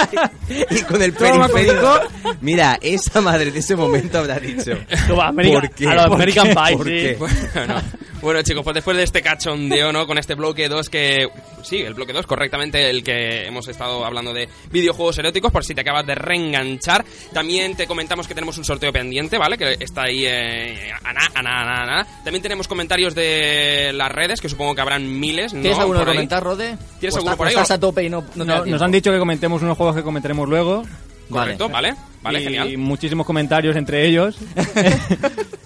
Y con el
Toma
periférico. Mira, esa madre de ese momento habrá dicho.
Como a América-
¿Por qué?
a los
¿Por
American
qué?
Pie,
¿Por
sí.
qué?
Bueno, bueno, chicos, pues después de este cachondeo, ¿no? Con este bloque 2 que... Sí, el bloque 2, correctamente, el que hemos estado hablando de videojuegos eróticos, por si te acabas de reenganchar. También te comentamos que tenemos un sorteo pendiente, ¿vale? Que está ahí... Eh, ana, ana, ana, ana. También tenemos comentarios de las redes, que supongo que habrán miles, ¿no?
¿Tienes alguno
Por
que
ahí.
comentar, Rode?
¿Tienes
¿O
alguno
está-
por
o
ahí,
estás
o-
a tope y no, no te
No,
da
nos
tiempo?
han dicho que comentemos unos juegos que comentaremos luego.
Vale.
Correcto, ¿vale? Vale,
y
genial.
muchísimos comentarios entre ellos.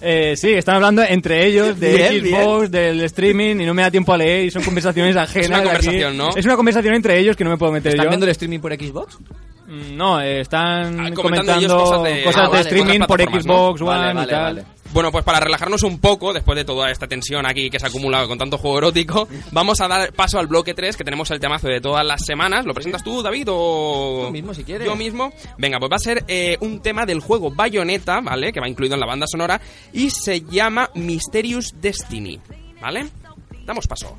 Eh, sí, están hablando entre ellos de
Bien,
Xbox, del streaming, y no me da tiempo a leer, y son conversaciones ajenas.
una
de aquí.
conversación, ¿no?
Es una conversación entre ellos que no me puedo meter
¿Están
yo.
viendo el streaming por Xbox?
Mm, No, eh, están
Ah,
comentando,
ellos
cosas de,
Ah, vale,
streaming
cosas
por
de plataformas,
Xbox
¿no?
One
Vale,
y
vale,
tal.
vale. Bueno, pues para relajarnos un poco, después de toda esta tensión aquí que se ha acumulado con tanto juego erótico, vamos a dar paso al bloque 3, que tenemos el temazo de todas las semanas. ¿Lo presentas tú, David, o...?
Tú mismo, si quieres.
Yo mismo. Venga, pues va a ser eh, un tema del juego Bayonetta, ¿vale? Que va incluido en la banda sonora, y se llama Mysterious Destiny, ¿vale? Damos paso.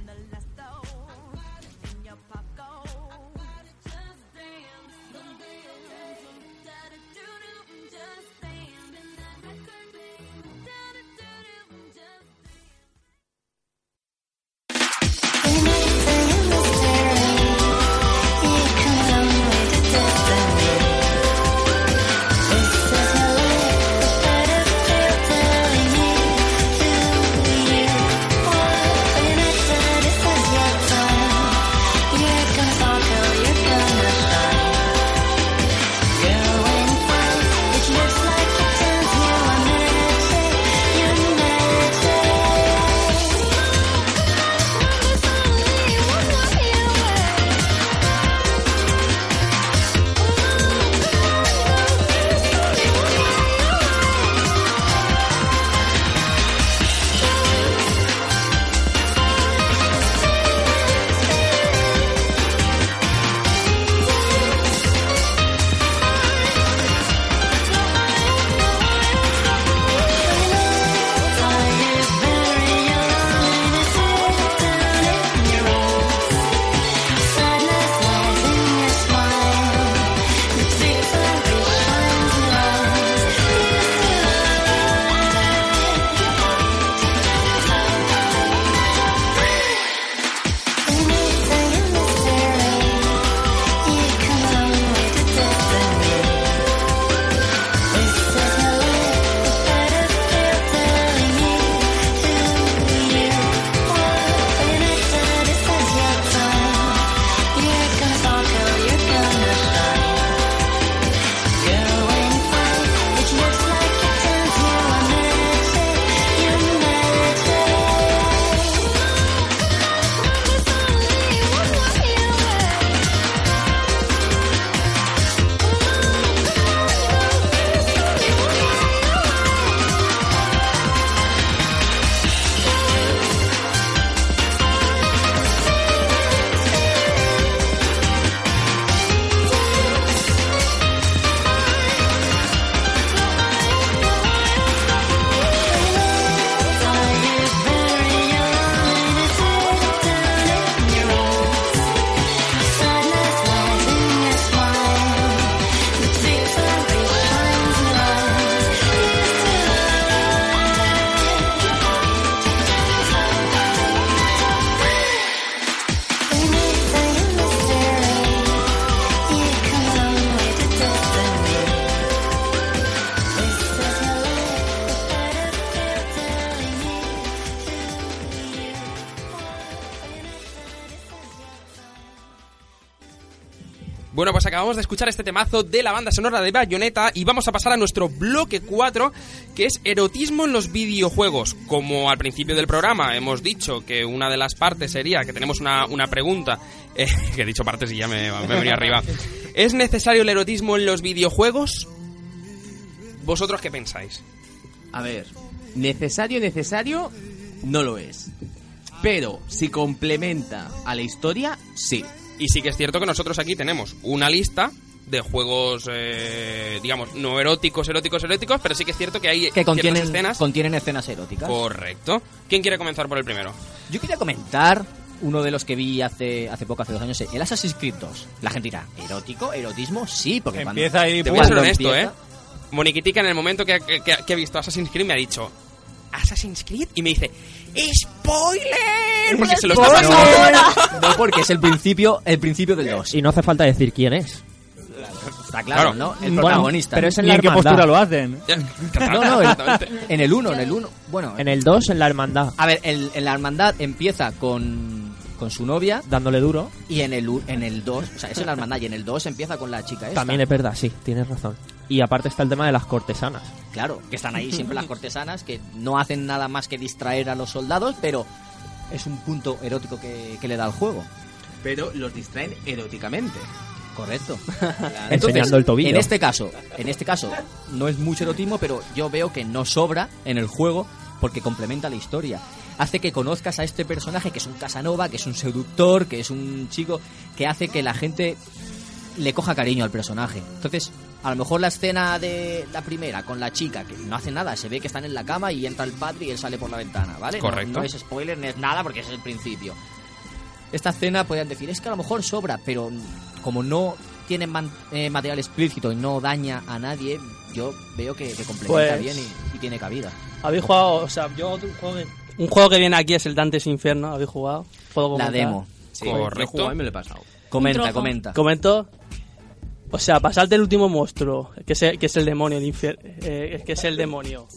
Bueno, pues acabamos de escuchar este temazo de la banda sonora de Bayonetta y vamos a pasar a nuestro bloque 4, que es erotismo en los videojuegos. Como al principio del programa hemos dicho que una de las partes sería que tenemos una, una pregunta, eh, que he dicho partes y ya me, me venía arriba. ¿Es necesario el erotismo en los videojuegos? ¿Vosotros qué pensáis?
A ver, necesario, necesario, no lo es. Pero si complementa a la historia, sí.
Y sí que es cierto que nosotros aquí tenemos una lista de juegos, eh, digamos, no eróticos, eróticos, eróticos, pero sí que es cierto que hay
Que
ciertas
contienen
escenas.
escenas, contienen escenas eróticas.
Correcto. ¿Quién quiere comenzar por el primero?
Yo quería comentar uno de los que vi hace, hace poco, hace dos años, el Assassin's Creed 2. La gente dirá, ¿erótico? ¿Erotismo? Sí, porque cuando-
Empieza ahí,
Te
cuando
voy a ser honesto,
empieza-
¿eh? Moniquitica, en el momento que, que- que- que he visto Assassin's Creed, me ha dicho Assassin's Creed y me dice ¡Spoiler! Porque se lo está
¡Spoiler!
pasando.
No, porque es el principio, el principio del 2.
Y no hace falta decir quién es.
Está
Claro.
claro, ¿no? El
Bueno,
protagonista.
pero es en
¿Y
la
en qué
hermandad.
postura lo hacen?
No, no, en,
Exactamente.
en el 1, en el 1. Bueno,
En el 2, en la hermandad.
a ver, el, en la hermandad empieza con, con su novia
Dándole duro.
y en el u- en el 2, o sea, es en la hermandad y en el 2 empieza con la chica esta.
También es verdad, sí, tienes razón. Y aparte está el tema de las cortesanas.
Claro, que están ahí siempre las cortesanas que no hacen nada más que distraer a los soldados, pero es un punto erótico que, que le da al juego.
Pero los distraen eróticamente.
Correcto.
Enseñando el tobillo.
En este caso, en este caso, no es mucho erotismo, pero yo veo que no sobra en el juego porque complementa la historia. Hace que conozcas a este personaje que es un Casanova, que es un seductor, que es un chico que hace que la gente le coja cariño al personaje. Entonces, a lo mejor la escena de la primera con la chica, que no hace nada, se ve que están en la cama y entra el padre y él sale por la ventana, ¿vale? No-
Correcto.
No, es spoiler, no es nada porque es el principio. Esta escena podrían decir, es que a lo mejor sobra, pero como no tiene man- eh, material explícito y no daña a nadie, yo veo que, que complementa
Pues-
bien y- y tiene cabida.
¿Habéis jugado? O sea, yo un juego que, un juego que viene aquí es el Dante's Inferno. ¿Habéis jugado? ¿Puedo
La
comentar?
demo.
Sí, Correcto. yo he jugado y me lo he pasado.
Comenta,
Un trozo.
comenta.
Comento. O sea, pasarte el último monstruo, que es el, que es el demonio, el infier- eh, que es el demonio.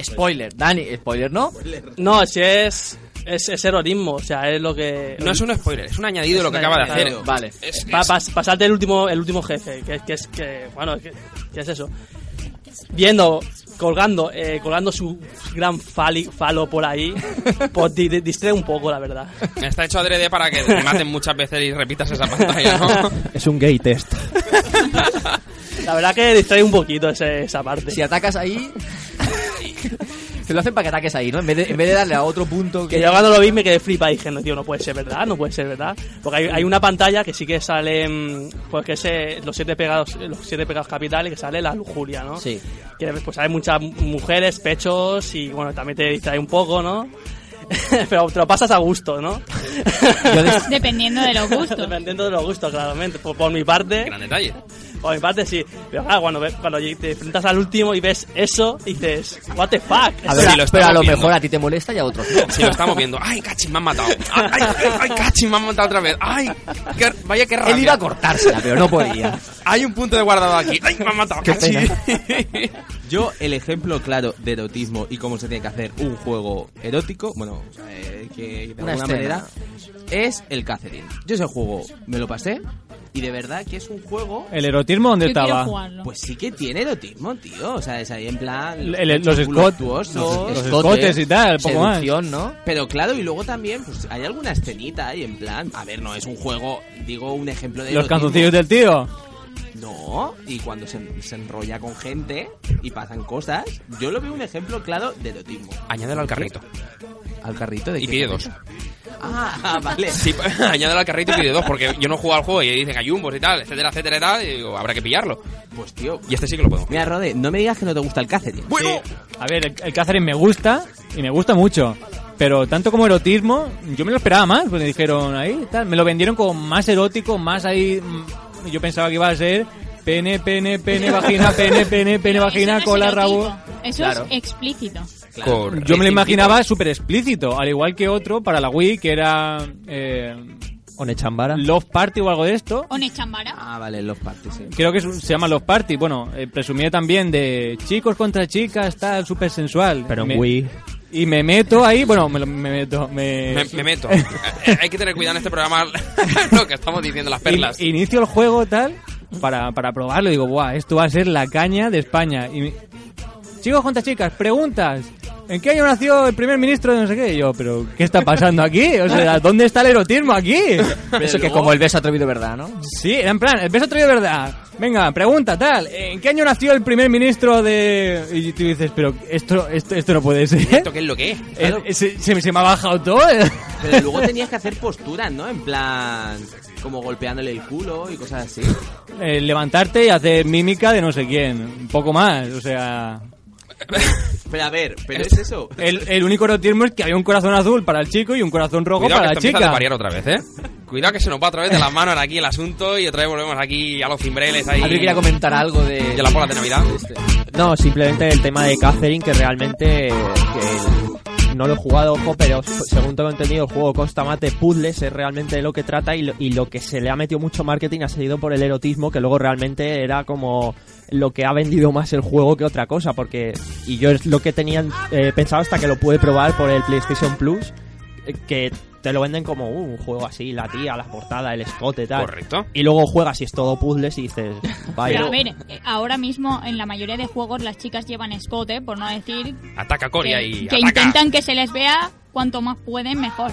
Spoiler, Dani, spoiler, ¿no?
No, si es, es, es erotismo, o sea, es lo que...
No es un spoiler, es un añadido lo que
pues,
acaba
eh,
de hacer.
Vale.
Es-
Pa-
es-
pas- pasarte el último, el último jefe, que, es- que es que, bueno, que, que es eso. Viendo, colgando, eh, colgando su gran fali- falo por ahí, pues di- di- distrae un poco, la verdad.
Está hecho adrede para que te maten muchas veces y repitas esa pantalla, ¿no?
Es un gay test.
La verdad que distrae un poquito ese- esa parte.
Si atacas ahí. Te lo hacen para que ataques ahí, ¿no? En vez de, en vez de darle a otro punto.
Que yo cuando lo vi me quedé flipa y dije, no, tío, no puede ser verdad, no puede ser verdad. Porque hay, hay una pantalla que sí que sale, mm, pues que es los siete pegados, los siete pegados capitales, que sale la lujuria, ¿no?
Sí.
Que pues hay muchas mu- mujeres, pechos y bueno, también te distrae un poco, ¿no? Pero te lo pasas a gusto, ¿no?
Dependiendo de los gustos.
Dependiendo de los gustos, claramente. Por, por mi parte,
Gran detalle.
por mi parte sí. Pero claro, cuando, ve- cuando te enfrentas al último y ves eso, dices, what the fuck.
A ver,
si lo
pero a
estamos
lo
viendo.
mejor a ti te molesta y a otros no.
Si lo estamos viendo. ¡Ay, cachis, me han matado! ¡Ay, ay, ay, cachis, me han matado otra vez! ¡Ay, qué- vaya que rabia!
Él iba a cortársela, pero no podía.
Hay un punto de guardado aquí. ¡Ay, me han matado! cachis!
Yo, el ejemplo claro de erotismo y cómo se tiene que hacer un juego erótico, bueno, o sea, eh, que de
Una
alguna
escena.
manera, es el Catherine. Yo ese juego me lo pasé y de verdad que es un juego.
¿El erotismo dónde
Yo quiero
estaba?
jugarlo.
Pues sí que tiene erotismo, tío. O sea, es ahí en plan.
El- el- los
culos
escot-
tuosos.
Los escotes y tal, poco más.
Seducción, ¿no?
Pero claro, y luego también, pues hay alguna escenita ahí en plan. A ver, no es un juego, digo, un ejemplo de.
¿eh?
Los
erotismo.
calzoncillos del tío.
No, y cuando se, se enrolla con gente y pasan cosas, yo lo veo un ejemplo claro de erotismo.
Añádelo al carrito.
¿Al carrito de
Y
qué?
pide dos.
Ah, vale.
Sí, añádelo al carrito y pide dos, porque yo no he jugado al juego y dicen ayumbos y tal, etcétera, etcétera, y tal, y digo, habrá que pillarlo.
Pues tío.
Y este sí que lo podemos.
Mira, Rode, no me digas que no te gusta el Cáceres.
¡Bueno!
A ver, el, el Catherine me gusta y me gusta mucho. Pero tanto como erotismo, yo me lo esperaba más, pues me dijeron ahí, tal. Me lo vendieron como más erótico, más ahí. mm, Yo pensaba que iba a ser pene, pene, pene, vagina, pene, pene, pene,
Pero eso no
vagina,
es
cola,
erotismo,
rabo.
Eso
Claro.
es explícito.
Correcto.
Yo me lo imaginaba súper explícito, al igual que otro para la Wii que era eh,
Onechambara.
Love Party o algo de esto.
One Chambara.
Ah, vale, los partes, sí.
Creo que es un- se llama Love Party. Bueno, eh, presumía también de chicos contra chicas, tal, súper sensual.
Pero en
Me-
Wii.
Y me meto ahí, bueno, me, lo- me meto. Me,
Me, me meto. Eh, eh, Hay que tener cuidado en este programa lo que estamos diciendo, las perlas.
In- inicio el juego tal para, para probarlo. Digo, buah, esto va a ser la caña de España. Y me- Chicos contra chicas, preguntas. ¿En qué año nació el primer ministro de no sé qué? Y yo, pero ¿qué está pasando aquí? O sea, ¿dónde está el erotismo aquí?
Eso que como el beso atrevido, ¿verdad, no?
Sí, era en plan, el beso traído de verdad. Venga, pregunta, tal. ¿En qué año nació el primer ministro de...? Y tú dices, pero esto, esto, esto no puede ser.
¿Esto qué es lo que es?
Eh, Se, se- se me ha bajado todo.
Pero luego tenías que hacer posturas, ¿no? En plan, como golpeándole el culo y cosas así.
Eh, levantarte y hacer mímica de no sé quién. Un poco más, o sea...
Pero a ver, pero es eso.
El, el único erotismo es que había un corazón azul para el chico y un corazón rojo
Cuidado que
para
esto
la
empieza a
chica.
variar otra vez, ¿eh? Cuidado que se nos va a través de las manos aquí el asunto y otra vez volvemos aquí a los cimbreles ahí.
Alguien quería comentar algo de.
Y a las bolas de Navidad.
No, simplemente el tema de Catherine, que realmente eh, que no lo he jugado, ojo, pero s- según tengo entendido, el juego consta más de puzzles, es realmente de lo que trata y lo, y lo que se le ha metido mucho marketing ha sido por el erotismo, que luego realmente era como lo que ha vendido más el juego que otra cosa, porque. Y yo es lo que tenían eh, pensado hasta que lo pude probar por el PlayStation Plus, eh, que te lo venden como uh, un juego así, la tía, la portada, el escote, tal.
Correcto.
Y luego juegas y es todo puzzles y dices, vaya.
Pero a ver, eh, ahora mismo en la mayoría de juegos las chicas llevan escote, por no decir
Ataca
que,
Coria y
que
ataca.
intentan que se les vea cuanto más pueden mejor.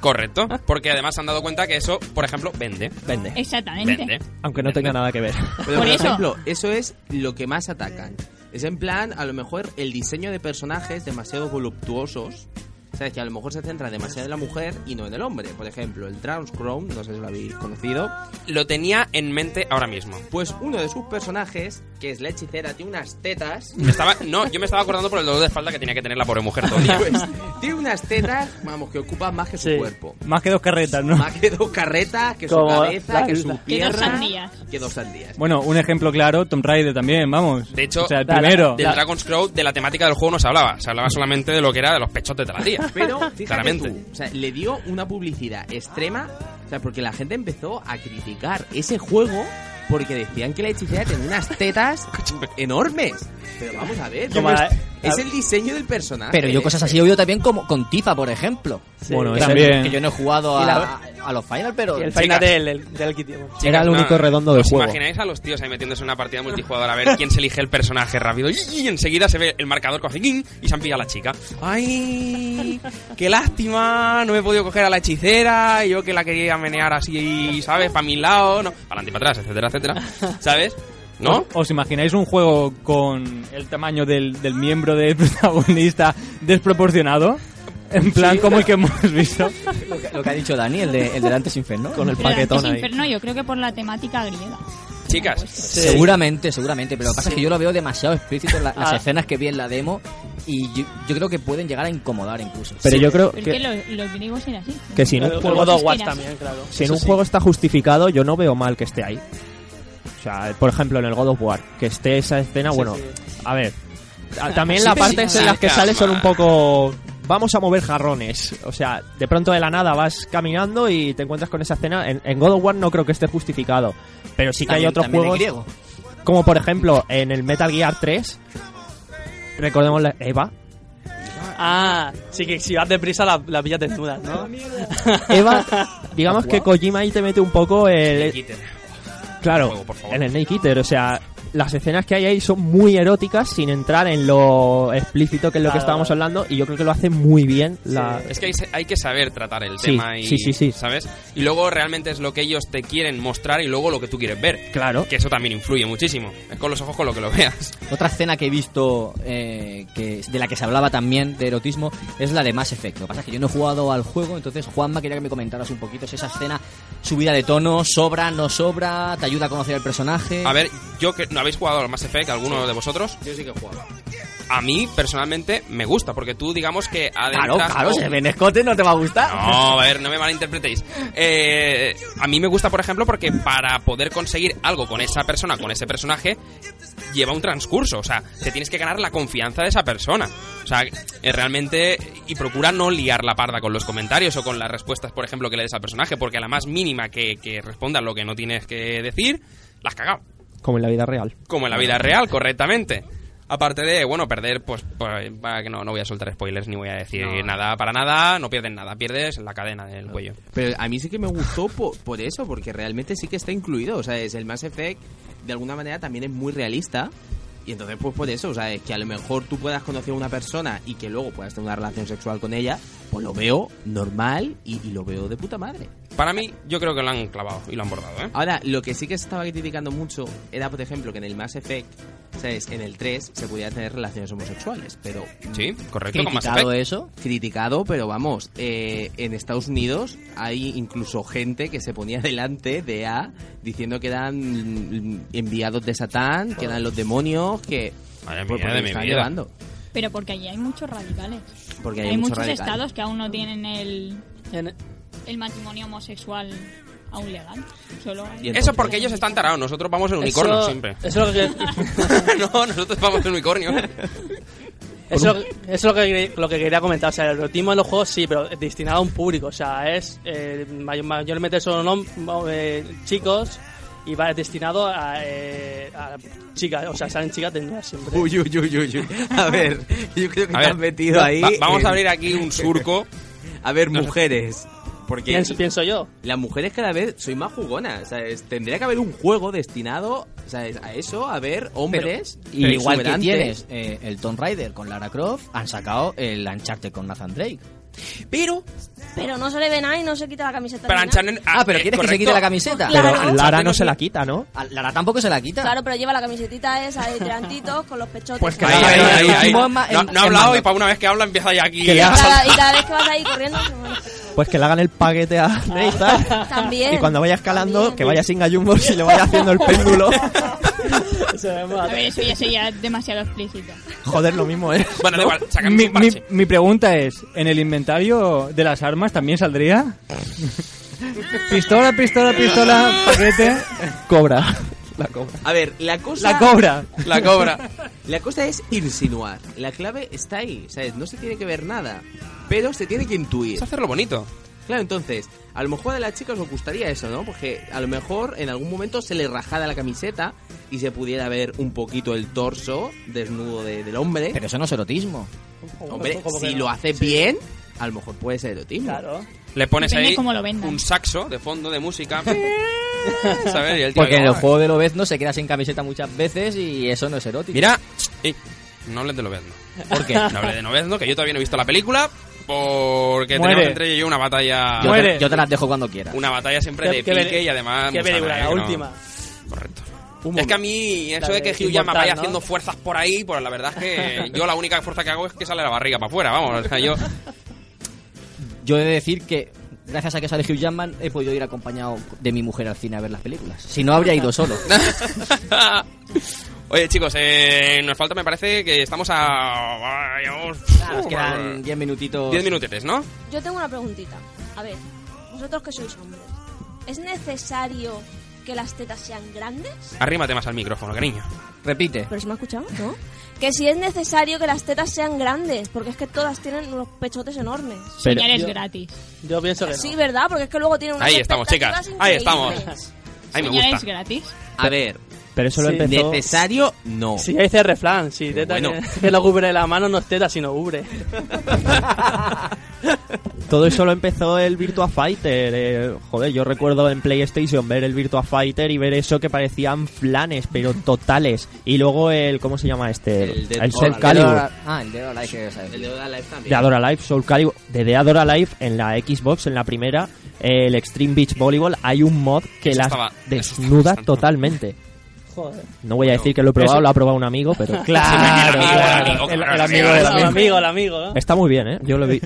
Correcto, porque además se han dado cuenta que eso, por ejemplo, vende.
Vende.
Exactamente.
Vende.
Aunque no tenga nada que ver.
Pero,
Por
por,
eso.
ejemplo, eso es lo que más atacan. Es en plan, a lo mejor el diseño de personajes demasiado voluptuosos. ¿Sabes? Que a lo mejor se centra demasiado en la mujer y no en el hombre. Por ejemplo, el Trans Crown, no sé si lo habéis conocido.
Lo tenía en mente ahora mismo.
Pues uno de sus personajes, que es la hechicera, tiene unas tetas.
Me estaba, no, yo me estaba acordando por el dolor de espalda que tenía que tener la pobre mujer todo el día.
Pues, tiene unas tetas, vamos, que ocupan más que su cuerpo.
Más que dos carretas, ¿no?
Más que dos carretas, que su
Como
cabeza,
la-
que su
la-
Que dos
pierna.
sandías.
Que dos sandías.
Bueno, un ejemplo claro, Tomb Raider también, vamos.
De hecho,
o sea, el primero.
del Dragon's Crow, de la temática del juego no se hablaba. Se hablaba solamente de lo que era de los pechotes de la tía.
Pero, fíjate
Claramente.
tú, o sea, le dio una publicidad extrema, o sea, porque la gente empezó a criticar ese juego porque decían que la hechicera tenía unas tetas enormes. Pero vamos a ver,
Como
es-
la-
es el diseño del personaje.
Pero yo cosas así he oído también como con Tifa, por ejemplo.
Sí. Bueno,
Que
ese-
yo- Que yo no he jugado
Y
a,
la-
a los Final, pero...
Y el final del, del, del Kitty.
Era el único redondo del
¿Os
juego.
imagináis a los tíos ahí metiéndose en una partida multijugador a ver quién se elige el personaje rápido? Y, y enseguida se ve el marcador coge ¡guin! y se han pillado a la chica. ¡Ay! ¡Qué lástima! No me he podido coger a la hechicera. Yo que la quería menear así, ¿sabes? Para mi lado, ¿no? Para adelante y para atrás, etcétera, etcétera. ¿Sabes? ¿No?
¿Os imagináis un juego con el tamaño del, del miembro del protagonista desproporcionado? En plan, como el que hemos visto.
Lo que ha dicho Dani, el de, el de Dantes Inferno. Con el
Pero antes Inferno, yo creo que por la temática griega.
Chicas.
Seguramente, seguramente, pero lo que pasa es que
Sí.
yo lo veo demasiado explícito en la- las
Ah.
escenas que vi en la demo y yo, yo creo que pueden llegar a incomodar incluso.
Pero yo creo
Pero es
que-
que los, los griegos eran así.
Que si en un
Los
juego-
griegos
God of War
eran así.
también, claro.
Si en un juego está justificado, yo no veo mal que esté ahí. O sea, por ejemplo, en el God of War, que esté esa escena,
Sí,
bueno,
sí.
a ver. a-
Sí,
También
sí,
las
sí,
partes
sí,
en las que
calma.
sale son un poco... Vamos a mover jarrones. O sea, de pronto de la nada vas caminando y te encuentras con esa escena. En, en God of War no creo que esté justificado. Pero sí que hay
También-
otros
también en
juegos...
griego.
Como por ejemplo, en el Metal Gear 3, recordemos la Eva.
Ah, sí, que si vas deprisa la, la pillas desnuda, ¿no?
Eva, digamos que Kojima ahí te mete un poco el...
Eh,
Claro, en el Snake Eater, o sea, las escenas que hay ahí son muy eróticas sin entrar en lo explícito que es lo que
Claro,
estábamos hablando y yo creo que lo hace muy bien la...
Es que hay, hay que saber tratar el
Sí,
tema y,
sí, sí, sí.
¿sabes? Y luego realmente es lo que ellos te quieren mostrar y luego lo que tú quieres ver.
Claro.
Que eso también influye muchísimo. Es con los ojos con lo que lo veas.
Otra escena que he visto eh, que, de la que se hablaba también de erotismo es la de Mass Effect. Lo que pasa es que yo no he jugado al juego, entonces Juanma quería que me comentaras un poquito si esa escena subida de tono, sobra, no sobra, te ayuda a conocer el personaje.
A ver, yo que no habéis jugado al Mass Effect, alguno de vosotros. Yo sí que he jugado. A mí personalmente me gusta porque tú digamos que
Claro,
adentras
claro,
o-
si ven escote no te va a gustar.
No, a ver, no me malinterpretéis. Eh, a mí me gusta, por ejemplo, porque para poder conseguir algo con esa persona, con ese personaje, lleva un transcurso. O sea, te tienes que ganar la confianza de esa persona. O sea, eh, realmente. Y procura no liar la parda con los comentarios o con las respuestas, por ejemplo, que le des al personaje, porque a la más mínima que, que respondas lo que no tienes que decir, la has cagado
Como en la vida real.
como en la vida real, correctamente. Aparte de, bueno, perder, pues, pues, para que no, no voy a soltar spoilers ni voy a decir nada para nada, no pierdes nada, pierdes la cadena del cuello.
Pero a mí sí que me gustó po- por, eso, porque realmente sí que está incluido. O sea, es el Mass Effect, de alguna manera también es muy realista. Y entonces, pues por eso, o sea, es que a lo mejor tú puedas conocer a una persona y que luego puedas tener una relación sexual con ella, pues lo veo normal y, y lo veo de puta madre.
Para mí, yo creo que lo han clavado y lo han bordado, ¿eh?
Ahora, lo que sí que se estaba criticando mucho era, por ejemplo, que en el Mass Effect, ¿sabes? En el 3 se podía tener relaciones homosexuales, pero...
Sí, correcto, con Mass
¿Criticado
Effect.
eso?
Criticado, pero vamos, eh, en Estados Unidos hay incluso gente que se ponía delante de A diciendo que eran mm, enviados de Satán, que eran los demonios, que...
Madre
por-
mía,
por
de
lo
mi
están
vida.
llevando.
Pero porque allí hay muchos radicales.
Porque hay mucho
muchos
radical.
estados que aún no tienen el, el matrimonio homosexual aún legal. Solo hay-
Eso porque ellos están tarados, nosotros vamos en unicornio
Eso-
siempre.
Eso es lo que...
no, nosotros vamos en unicornio.
Eso, eso es lo que, lo que quería comentar. O sea, el erotismo en los juegos sí, pero destinado a un público. O sea, es eh, may- mayormente son hom- eh, chicos y va destinado a, eh, a chicas. O sea, salen chicas desnudas siempre.
Uy, uy, uy, uy, uy. A ver, yo creo que
A
te
ver,
has metido ahí...
va- vamos
en-
a abrir aquí un surco.
A ver,
No sé.
mujeres. Porque
Pienso, pienso yo.
Las mujeres cada vez soy más jugonas, ¿sabes? Tendría que haber un juego destinado, ¿sabes? A eso, a ver hombres
Y igual que
exuberantes.
tienes eh, el Tomb Raider con Lara Croft, han sacado el Uncharted con Nathan Drake.
Pero.
Pero no se le ve nada y no se quita la camiseta.
Pero
ni nada.
Anchanen-
Ah, pero
eh,
¿quieres que se
correcto.
quite la camiseta?
Claro.
Pero Lara no se la quita, ¿no?
A Lara tampoco se la quita.
Claro, pero lleva la camisetita esa de tirantitos con los pechotes.
Pues que
Ahí,
Ah,
ahí,
el
ahí, ahí.
machismo es
No,
ma- es-
no ha
es
hablado
malo.
y para una vez que habla empieza ya aquí.
Que le
y,
a
hagas-
cada,
saltar.
y cada vez que vas ahí corriendo,
Pues que le hagan el paquete a Neita.
También.
Y cuando vaya escalando,
También.
que vaya sin gallumbos y le vaya haciendo el péndulo.
A ver, eso ya sería demasiado explícito.
Joder, lo mismo ¿eh? es.
Bueno, da igual, sacamos
Mi,
un
mi-
parche.
mi pregunta es, ¿en el inventario de las armas también saldría? pistola, pistola, pistola, paquete.
Cobra. La cobra.
A ver, la cosa.
La cobra.
La cobra.
La cosa es insinuar. La clave está ahí. ¿sabes? No se tiene que ver nada. Pero se tiene que intuir.
Es hacerlo bonito.
Claro, entonces, a lo mejor a las chicas os gustaría eso, ¿no? Porque a lo mejor en algún momento se le rajara la camiseta y se pudiera ver un poquito el torso desnudo de- del hombre.
Pero eso no es erotismo.
hombre,
¿Cómo que
si
no?
lo hace bien, a lo mejor puede ser erotismo.
Claro.
Le pones
Depende
ahí
cómo lo vendan.
un saxo de fondo de música. ¿Sabes? Y el tío
Porque en
dice,
el
"Ah,
juego del obez no se queda sin camiseta muchas veces y eso no es erótico.
Mira, eh, no hables de Lobezno.
¿Por qué?
No hables de Lobezno, que yo todavía no he visto la película. Porque
Muere.
tenemos entre ellos y yo una batalla.
Yo
Muere.
te, yo te las dejo cuando quieras.
Una batalla siempre de
¿Qué- qué
pique
peli-
y además.
¿Qué
musana,
película?
¿eh?
La
Que no-
última.
Correcto. es que a mí, eso
La
de
de
que Hugh Jackman
Inmortal,
vaya
¿no?
haciendo fuerzas por ahí, pues la verdad es que yo la única fuerza que hago es que sale la barriga para afuera, vamos. O sea, yo.
Yo he de decir que gracias a que sale Hugh Jackman he podido ir acompañado de mi mujer al cine a ver las películas. Si no, habría ido solo.
Oye, chicos, eh, nos falta, me parece que estamos a. a- llevamos-
Ah,
Nos quedan 10 minutitos.
Diez minutetes, ¿no?
Yo tengo una preguntita. A ver, vosotros que sois hombres, ¿es necesario que las tetas sean grandes?
Arrímate más al micrófono, cariño.
Repite.
Pero si me ha escuchado, ¿no? Que si es necesario que las tetas sean grandes, porque es que todas tienen unos pechotes enormes.
Pero-
Señales gratis.
Yo pienso que no.
Sí, ¿verdad? Porque es que luego tienen unas
Ahí estamos,
expectativas
chicas. Ahí estamos.
increíbles.
Ahí me
Señales
gusta.
gratis.
A ver,
Pero eso lo
Sí.
empezó.
necesario, no.
Sí, ahí dice el refrán. Sí, teta
bueno.
que, que lo cubre la mano no es teta, sino ubre.
Todo eso lo empezó el Virtua Fighter. eh, joder, yo recuerdo en PlayStation ver el Virtua Fighter y ver eso que parecían flanes, pero totales. Y luego el. ¿Cómo se llama este?
El de-
Soul
Hola.
Calibur.
Ah, el dedo al aire, que sabes.
El de Oda Life también.
de Adora Life, Soul Calibur, de The Adora Life en la Xbox, en la primera, eh, el Extreme Beach Volleyball, hay un mod que
Eso
las
estaba-
desnuda
bastante.
totalmente.
Joder.
No voy a decir que lo he probado,
Eso-
lo ha probado un amigo, pero
Claro, claro,
el- el
claro,
amigo
claro.
de
El
la-
amigo, el amigo, ¿no?
está muy bien, ¿eh? Yo lo vi.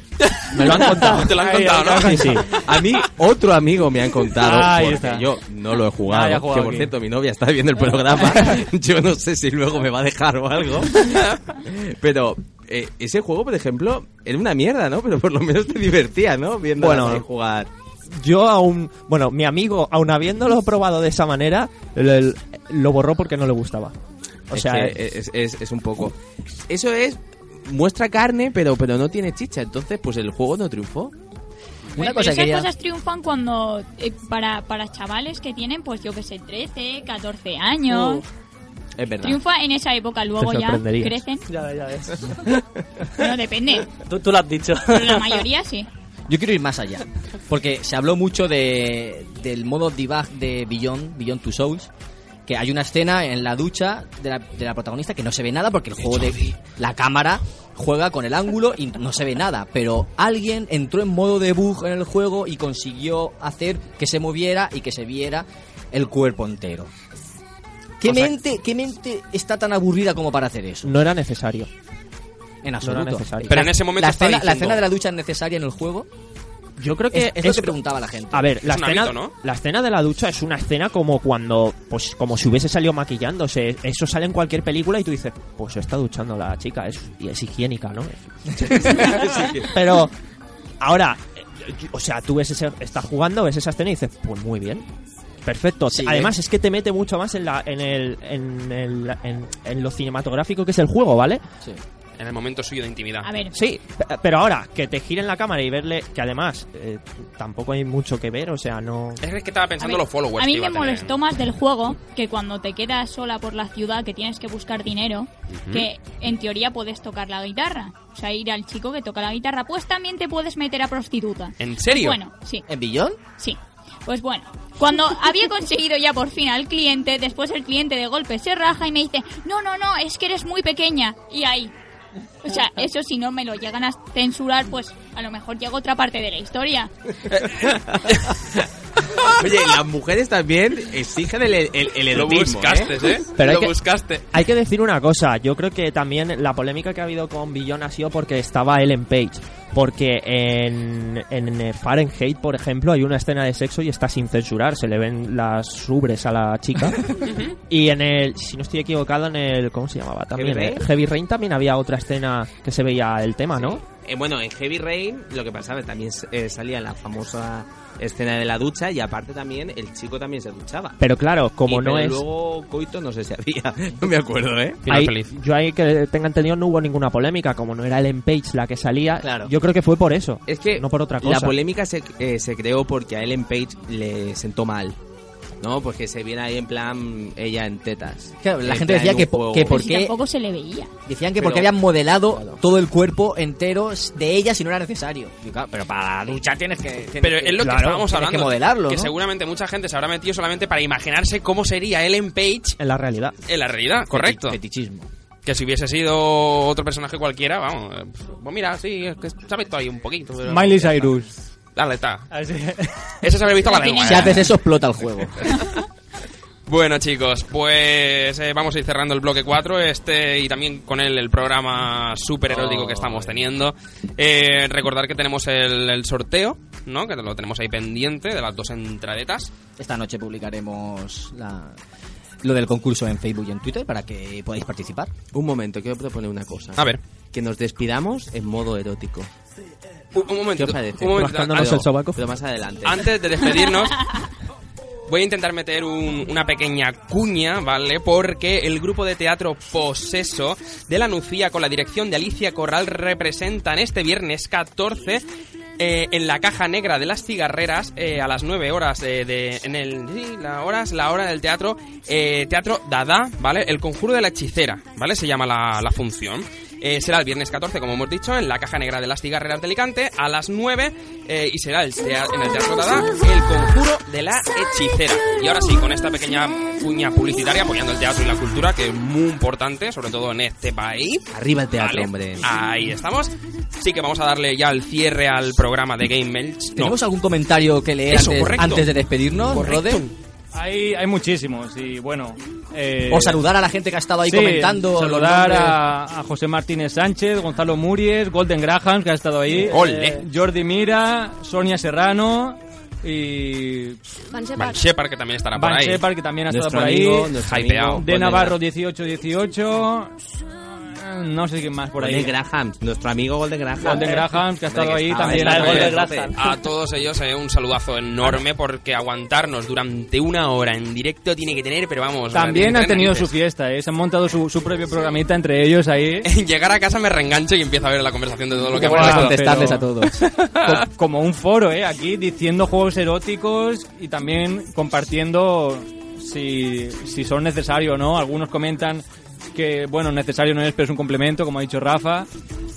Me lo han contado.
Te lo han contado, ¿no?
Sí, sí.
A mí, otro amigo me han contado.
Ahí
porque
está.
Yo no lo he jugado.
Ah, ya ha jugado
que por
aquí.
cierto, mi novia está viendo el programa. yo no sé si luego me va a dejar o algo. Pero eh, ese juego, por ejemplo, era una mierda, ¿no? Pero por lo menos te divertía, ¿no? Viendo
Bueno.
ahí jugar.
Yo aún, bueno, mi amigo, aun habiéndolo probado de esa manera, lo, lo borró porque no le gustaba. O
Es
sea, eh,
que eh, es, es- es un poco. Eso es. Muestra carne, pero, pero no tiene chicha. Entonces, pues el juego no triunfó.
Pues,
Una
pero
cosa
esas
que ya-
cosas triunfan cuando eh, para, para chavales que tienen, pues yo que sé, 13, 14 años.
Es verdad.
Triunfa en esa época, luego ya
sorprenderías.
crecen.
Ya ves, ya ves.
No depende,
Tú, tú lo has dicho.
pero la mayoría sí.
Yo quiero ir más allá, porque se habló mucho de, del modo debug de Beyond, Beyond Two Souls, que hay una escena en la ducha de la, de la protagonista que no se ve nada porque el juego de la cámara juega con el ángulo y no se ve nada, pero alguien entró en modo debug en el juego y consiguió hacer que se moviera y que se viera el cuerpo entero. ¿Qué,
O sea-
mente, ¿qué mente está tan aburrida como para hacer eso?
no era necesario.
En
No era
absoluto.
necesario.
Pero en ese momento
la
está
escena, la
diciendo-
escena de la ducha es necesaria en el juego.
Yo creo
Es,
que
es lo Ah.
es-
que preguntaba la gente.
A ver, la,
un
escena,
hábito, ¿no?
la escena de la ducha es una escena como cuando, pues como si hubiese salido maquillándose. Eso sale en cualquier película y tú dices, pues se está duchando la chica, es, y es higiénica, ¿no? Pero ahora, eh, yo- o sea, tú ves ese, estás jugando, ves esa escena y dices, pues muy bien. Perfecto.
Sí,
eh.
Además, es que te mete mucho más en, la, en, el, en, el- en- en lo cinematográfico que es el juego, ¿vale?
Sí.
En el momento suyo de intimidad.
A ver,
Sí, pe- pero ahora, que te giren la cámara y verle, que además eh, tampoco hay mucho que ver, o sea, no...
Es que estaba pensando
A mí-
los followers.
A
que
mí
iba
me
tener.
molestó más del juego que cuando te quedas sola por la ciudad, que tienes que buscar dinero, que en teoría puedes tocar la guitarra. O sea, ir al chico que toca la guitarra, pues también te puedes meter a prostituta.
¿En serio?
Bueno, sí,
¿En Billón?
sí. Pues bueno, cuando había conseguido ya por fin al cliente, después el cliente de golpe se raja y me dice, no, no, no, es que eres muy pequeña. Y ahí, O sea, eso si no me lo llegan a censurar, pues a lo mejor llega otra parte de la historia.
Oye, las mujeres también exigen el, el, el
Lo
erotismo,
buscaste, ¿eh?
Pero hay
Lo
que-
buscaste.
Hay que decir una cosa, yo creo que también la polémica que ha habido con Billon ha sido porque estaba Ellen Page. Porque en, en eh, Fahrenheit, por ejemplo, hay una escena de sexo y está sin censurar, se le ven las ubres a la chica. y en el, si no estoy equivocado, en el, ¿cómo se llamaba? También
¿Heavy
eh,
Rain?
Heavy Rain también había otra escena que se veía el tema, ¿no?
Eh, bueno, en Heavy Rain lo que pasaba también eh, salía la famosa escena de la ducha y aparte también el chico también se duchaba.
Pero claro, como
Y-
no
pero
es...
luego coito no sé si había, no me acuerdo, ¿eh?
Ahí- Yo ahí que tenga entendido no hubo ninguna polémica, como no era Ellen Page la que salía, yo creo que fue por eso,
Es que
no por otra cosa.
la polémica se, eh, se creó porque a Ellen Page le sentó mal. No, porque se viene ahí en plan ella en tetas.
Claro, la
En
gente
plan
decía
un
que po-
juego.
que por
Pero si
qué-
tampoco se le veía.
Decían que porque
Pero-
habían modelado todo el cuerpo entero de ella si no era necesario. Yo, claro, pero para la ducha tienes que. tienes
Pero es lo que
claro,
estábamos
tienes
hablando.
que modelarlo.
Que
¿no?
seguramente mucha gente se habrá metido solamente para imaginarse cómo sería Ellen Page
En la realidad.
en la realidad, correcto.
Fetichismo.
Que si hubiese sido otro personaje cualquiera, vamos. eh, pf, Pues mira, sí, es que se ha visto ahí un poquito. pero-
Miley Cyrus.
Dale, está.
Ah,
Eso se habría visto a la lengua.
Si
eh.
haces eso, explota el juego.
Bueno, chicos, pues eh, vamos a ir cerrando el bloque 4 este y también con él el programa súper erótico que estamos teniendo. Eh, recordar que tenemos el, el sorteo, ¿no? Que lo tenemos ahí pendiente de las dos entradetas.
Esta noche publicaremos la- lo del concurso en Facebook y en Twitter para que podáis participar.
Un momento, quiero proponer una cosa.
A ver.
Que nos despidamos en modo erótico.
Un, un
¿Qué
momento,
os parece?
un momento.
Rascándonos el sobaco.
Pero más adelante.
Antes de despedirnos, voy a intentar meter un- una pequeña cuña, ¿vale? Porque el grupo de teatro Poseso de la Nucía con la dirección de Alicia Corral representan este viernes 14 eh, en la caja negra de las cigarreras eh, a las 9 horas eh, de en el sí, la hora es la hora del teatro eh, teatro Dada, ¿vale? El conjuro de la hechicera, ¿vale? Se llama la, la función. Eh, será el viernes 14, como hemos dicho, en la caja negra de las cigarreras de Alicante a las 9 eh, y será el tea- en el Teatro Dada el conjuro de la hechicera. Y ahora sí, con esta pequeña cuña publicitaria apoyando el teatro y la cultura, que es muy importante, sobre todo en este país.
Arriba el teatro,
Vale,
hombre.
Ah,
Ahí estamos. Sí que vamos a darle ya el cierre al programa de Game Melch. No,
¿Tenemos algún comentario que leer
Eso,
antes,
correcto.
antes de despedirnos,
Correcto.
Rode?
Hay, hay muchísimos y bueno... eh,
O saludar a la gente que ha estado ahí
sí,
comentando.
Saludar
los nombres.
a, a José Martínez Sánchez, Gonzalo Muries, Golden Graham, que ha estado ahí. Eh,
Ole.
Jordi Mira, Sonia Serrano y
Van Shepard.
Van Shepard, que también estará
Van
por ahí.
Shepard, que también ha estado
Nuestro
por
amigo,
ahí.
nuestro
Hypeado.
amigo
De
Golden
Navarro
Graham.
1818. No sé quién más por ahí.
Golden Graham, nuestro amigo Golden Graham.
Golden Graham, que ha estado ahí
estaba
también.
en la
Golden
red.
Graham.
A todos ellos eh, un saludazo enorme porque aguantarnos durante una hora en directo tiene que tener, pero vamos.
También
tiene que
han tenido su
tener
fiesta, ¿eh? se han montado su, su propio programita entre ellos ahí.
narices. Llegar a casa me reengancho y empiezo a ver la conversación de todo lo que
Guau.
hemos
Vamos a
estado.
contestarles
pero-
a todos.
Co- como un foro, ¿eh? Aquí diciendo juegos eróticos y también compartiendo si, si son necesarios o no. Algunos comentan que, bueno, necesario no es, pero es un complemento, como ha dicho Rafa.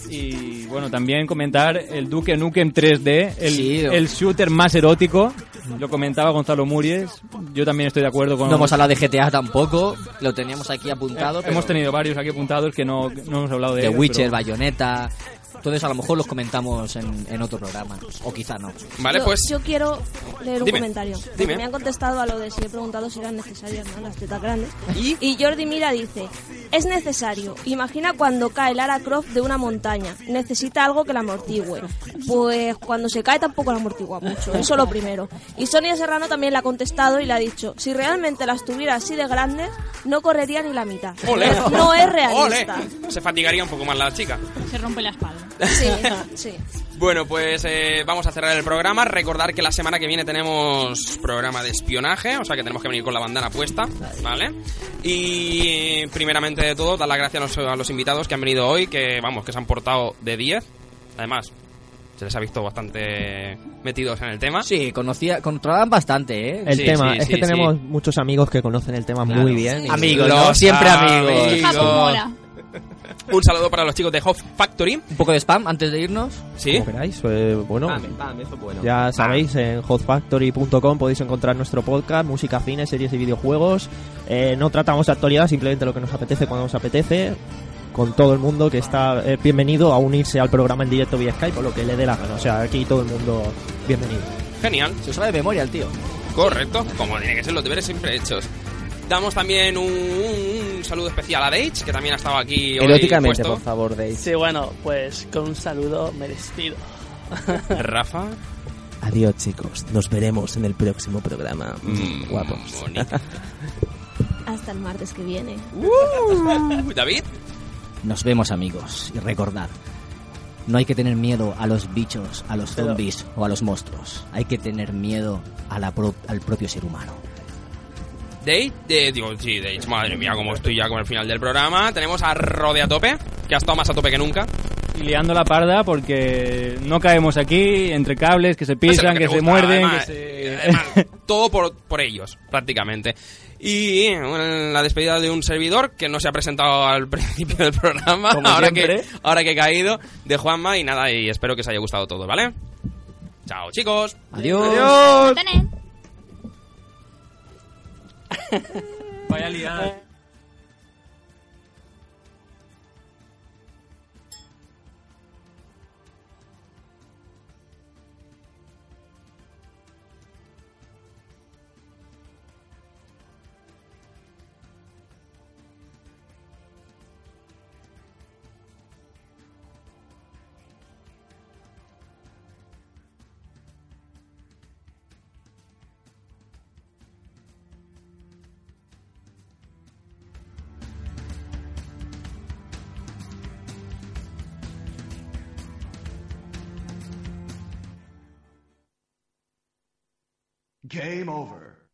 Y, bueno, también comentar el Duke Nukem 3D, el,
Sí.
el shooter más erótico. Lo comentaba Gonzalo Muries. Yo también estoy de acuerdo con...
No hemos hablado de GTA tampoco. Lo teníamos aquí apuntado. pero-
Eh, Hemos tenido varios aquí apuntados que no, no hemos hablado de...
de
ellos,
Witcher,
pero-
Bayonetta. Entonces a lo mejor los comentamos en, en otro programa. O quizá no.
Vale,
yo,
pues.
yo quiero leer un
Dime.
comentario. Porque
Dime.
Me han contestado a lo de si he preguntado si eran necesarias ¿no? las tetas grandes. ¿Y? Jordi Mira dice: Es necesario. Imagina cuando cae Lara Croft de una montaña. Necesita algo que la amortigüe. Pues cuando se cae tampoco la amortigua mucho. Eso lo primero. Y Sonia Serrano también la ha contestado y le ha dicho: Si realmente las tuviera así de grandes, no correría ni la mitad.
Ole.
No es realista.
Ole. Se fatigaría un poco más la chica.
Se rompe la espalda.
Sí, sí.
Bueno, pues eh, vamos a cerrar el programa. Recordar que la semana que viene tenemos programa de espionaje, o sea que tenemos que venir con la bandana puesta, ¿vale? Y eh, primeramente de todo, dar las gracias a los, a los invitados que han venido hoy, que vamos, que se han portado de 10. Además, se les ha visto bastante metidos en el tema.
Sí, conocía, controlaban bastante, ¿eh?
El
Sí,
tema,
sí,
es que
sí,
tenemos muchos amigos que conocen el tema muy
Eh,
bien. y-
Amigos,
Los
¿no? Siempre amigos.
Ah, amigos.
Japo mola.
Un saludo para los chicos de Hop Factory.
Un poco de spam antes de irnos.
Sí.
Como queráis, eh, bueno,
Pam, pam, eso es bueno.
Ah.
ya sabéis, en hotfactory.com podéis encontrar nuestro podcast, música, cine, series y videojuegos. Eh, no tratamos de actualidad, simplemente lo que nos apetece cuando nos apetece. con todo el mundo que está eh, bienvenido a unirse al programa en directo vía Skype o lo que le dé la gana. O sea, aquí todo el mundo bienvenido.
Genial.
Se sabe de memoria el tío.
Correcto, como tiene que ser, los deberes siempre hechos. Damos también un, un- un saludo especial a Dage, que también ha estado aquí hoy
Eróticamente,
puesto.
por favor, Dave.
Sí, bueno, pues con un saludo merecido.
Rafa.
Adiós, chicos. Nos veremos en el próximo programa.
Mm,
Guapos.
bonito.
Hasta el martes que viene.
Uh, David.
Nos vemos, amigos, y recordad. No hay que tener miedo a los bichos, a los
Pero-
zombies o a los monstruos. Hay que tener miedo a la pro- al propio ser humano.
Date, eh, digo, sí, Date, madre mía, como estoy ya con el final del programa. Tenemos a Rodea Tope, que ha estado más a tope que nunca.
Y liando la parda porque no caemos aquí entre cables que se
Eso es lo
pisan, que,
te
se
gusta,
muerden,
además,
que se...
eh, además, todo por, por ellos, prácticamente. Y eh, bueno, la despedida de un servidor que no se ha presentado al principio del programa,
Como
ahora
siempre.
que, ahora que he caído, de Juanma y nada, y espero que os haya gustado todo, ¿vale? Chao, chicos.
Adiós.
Tené.
Vaya liada.
Game over.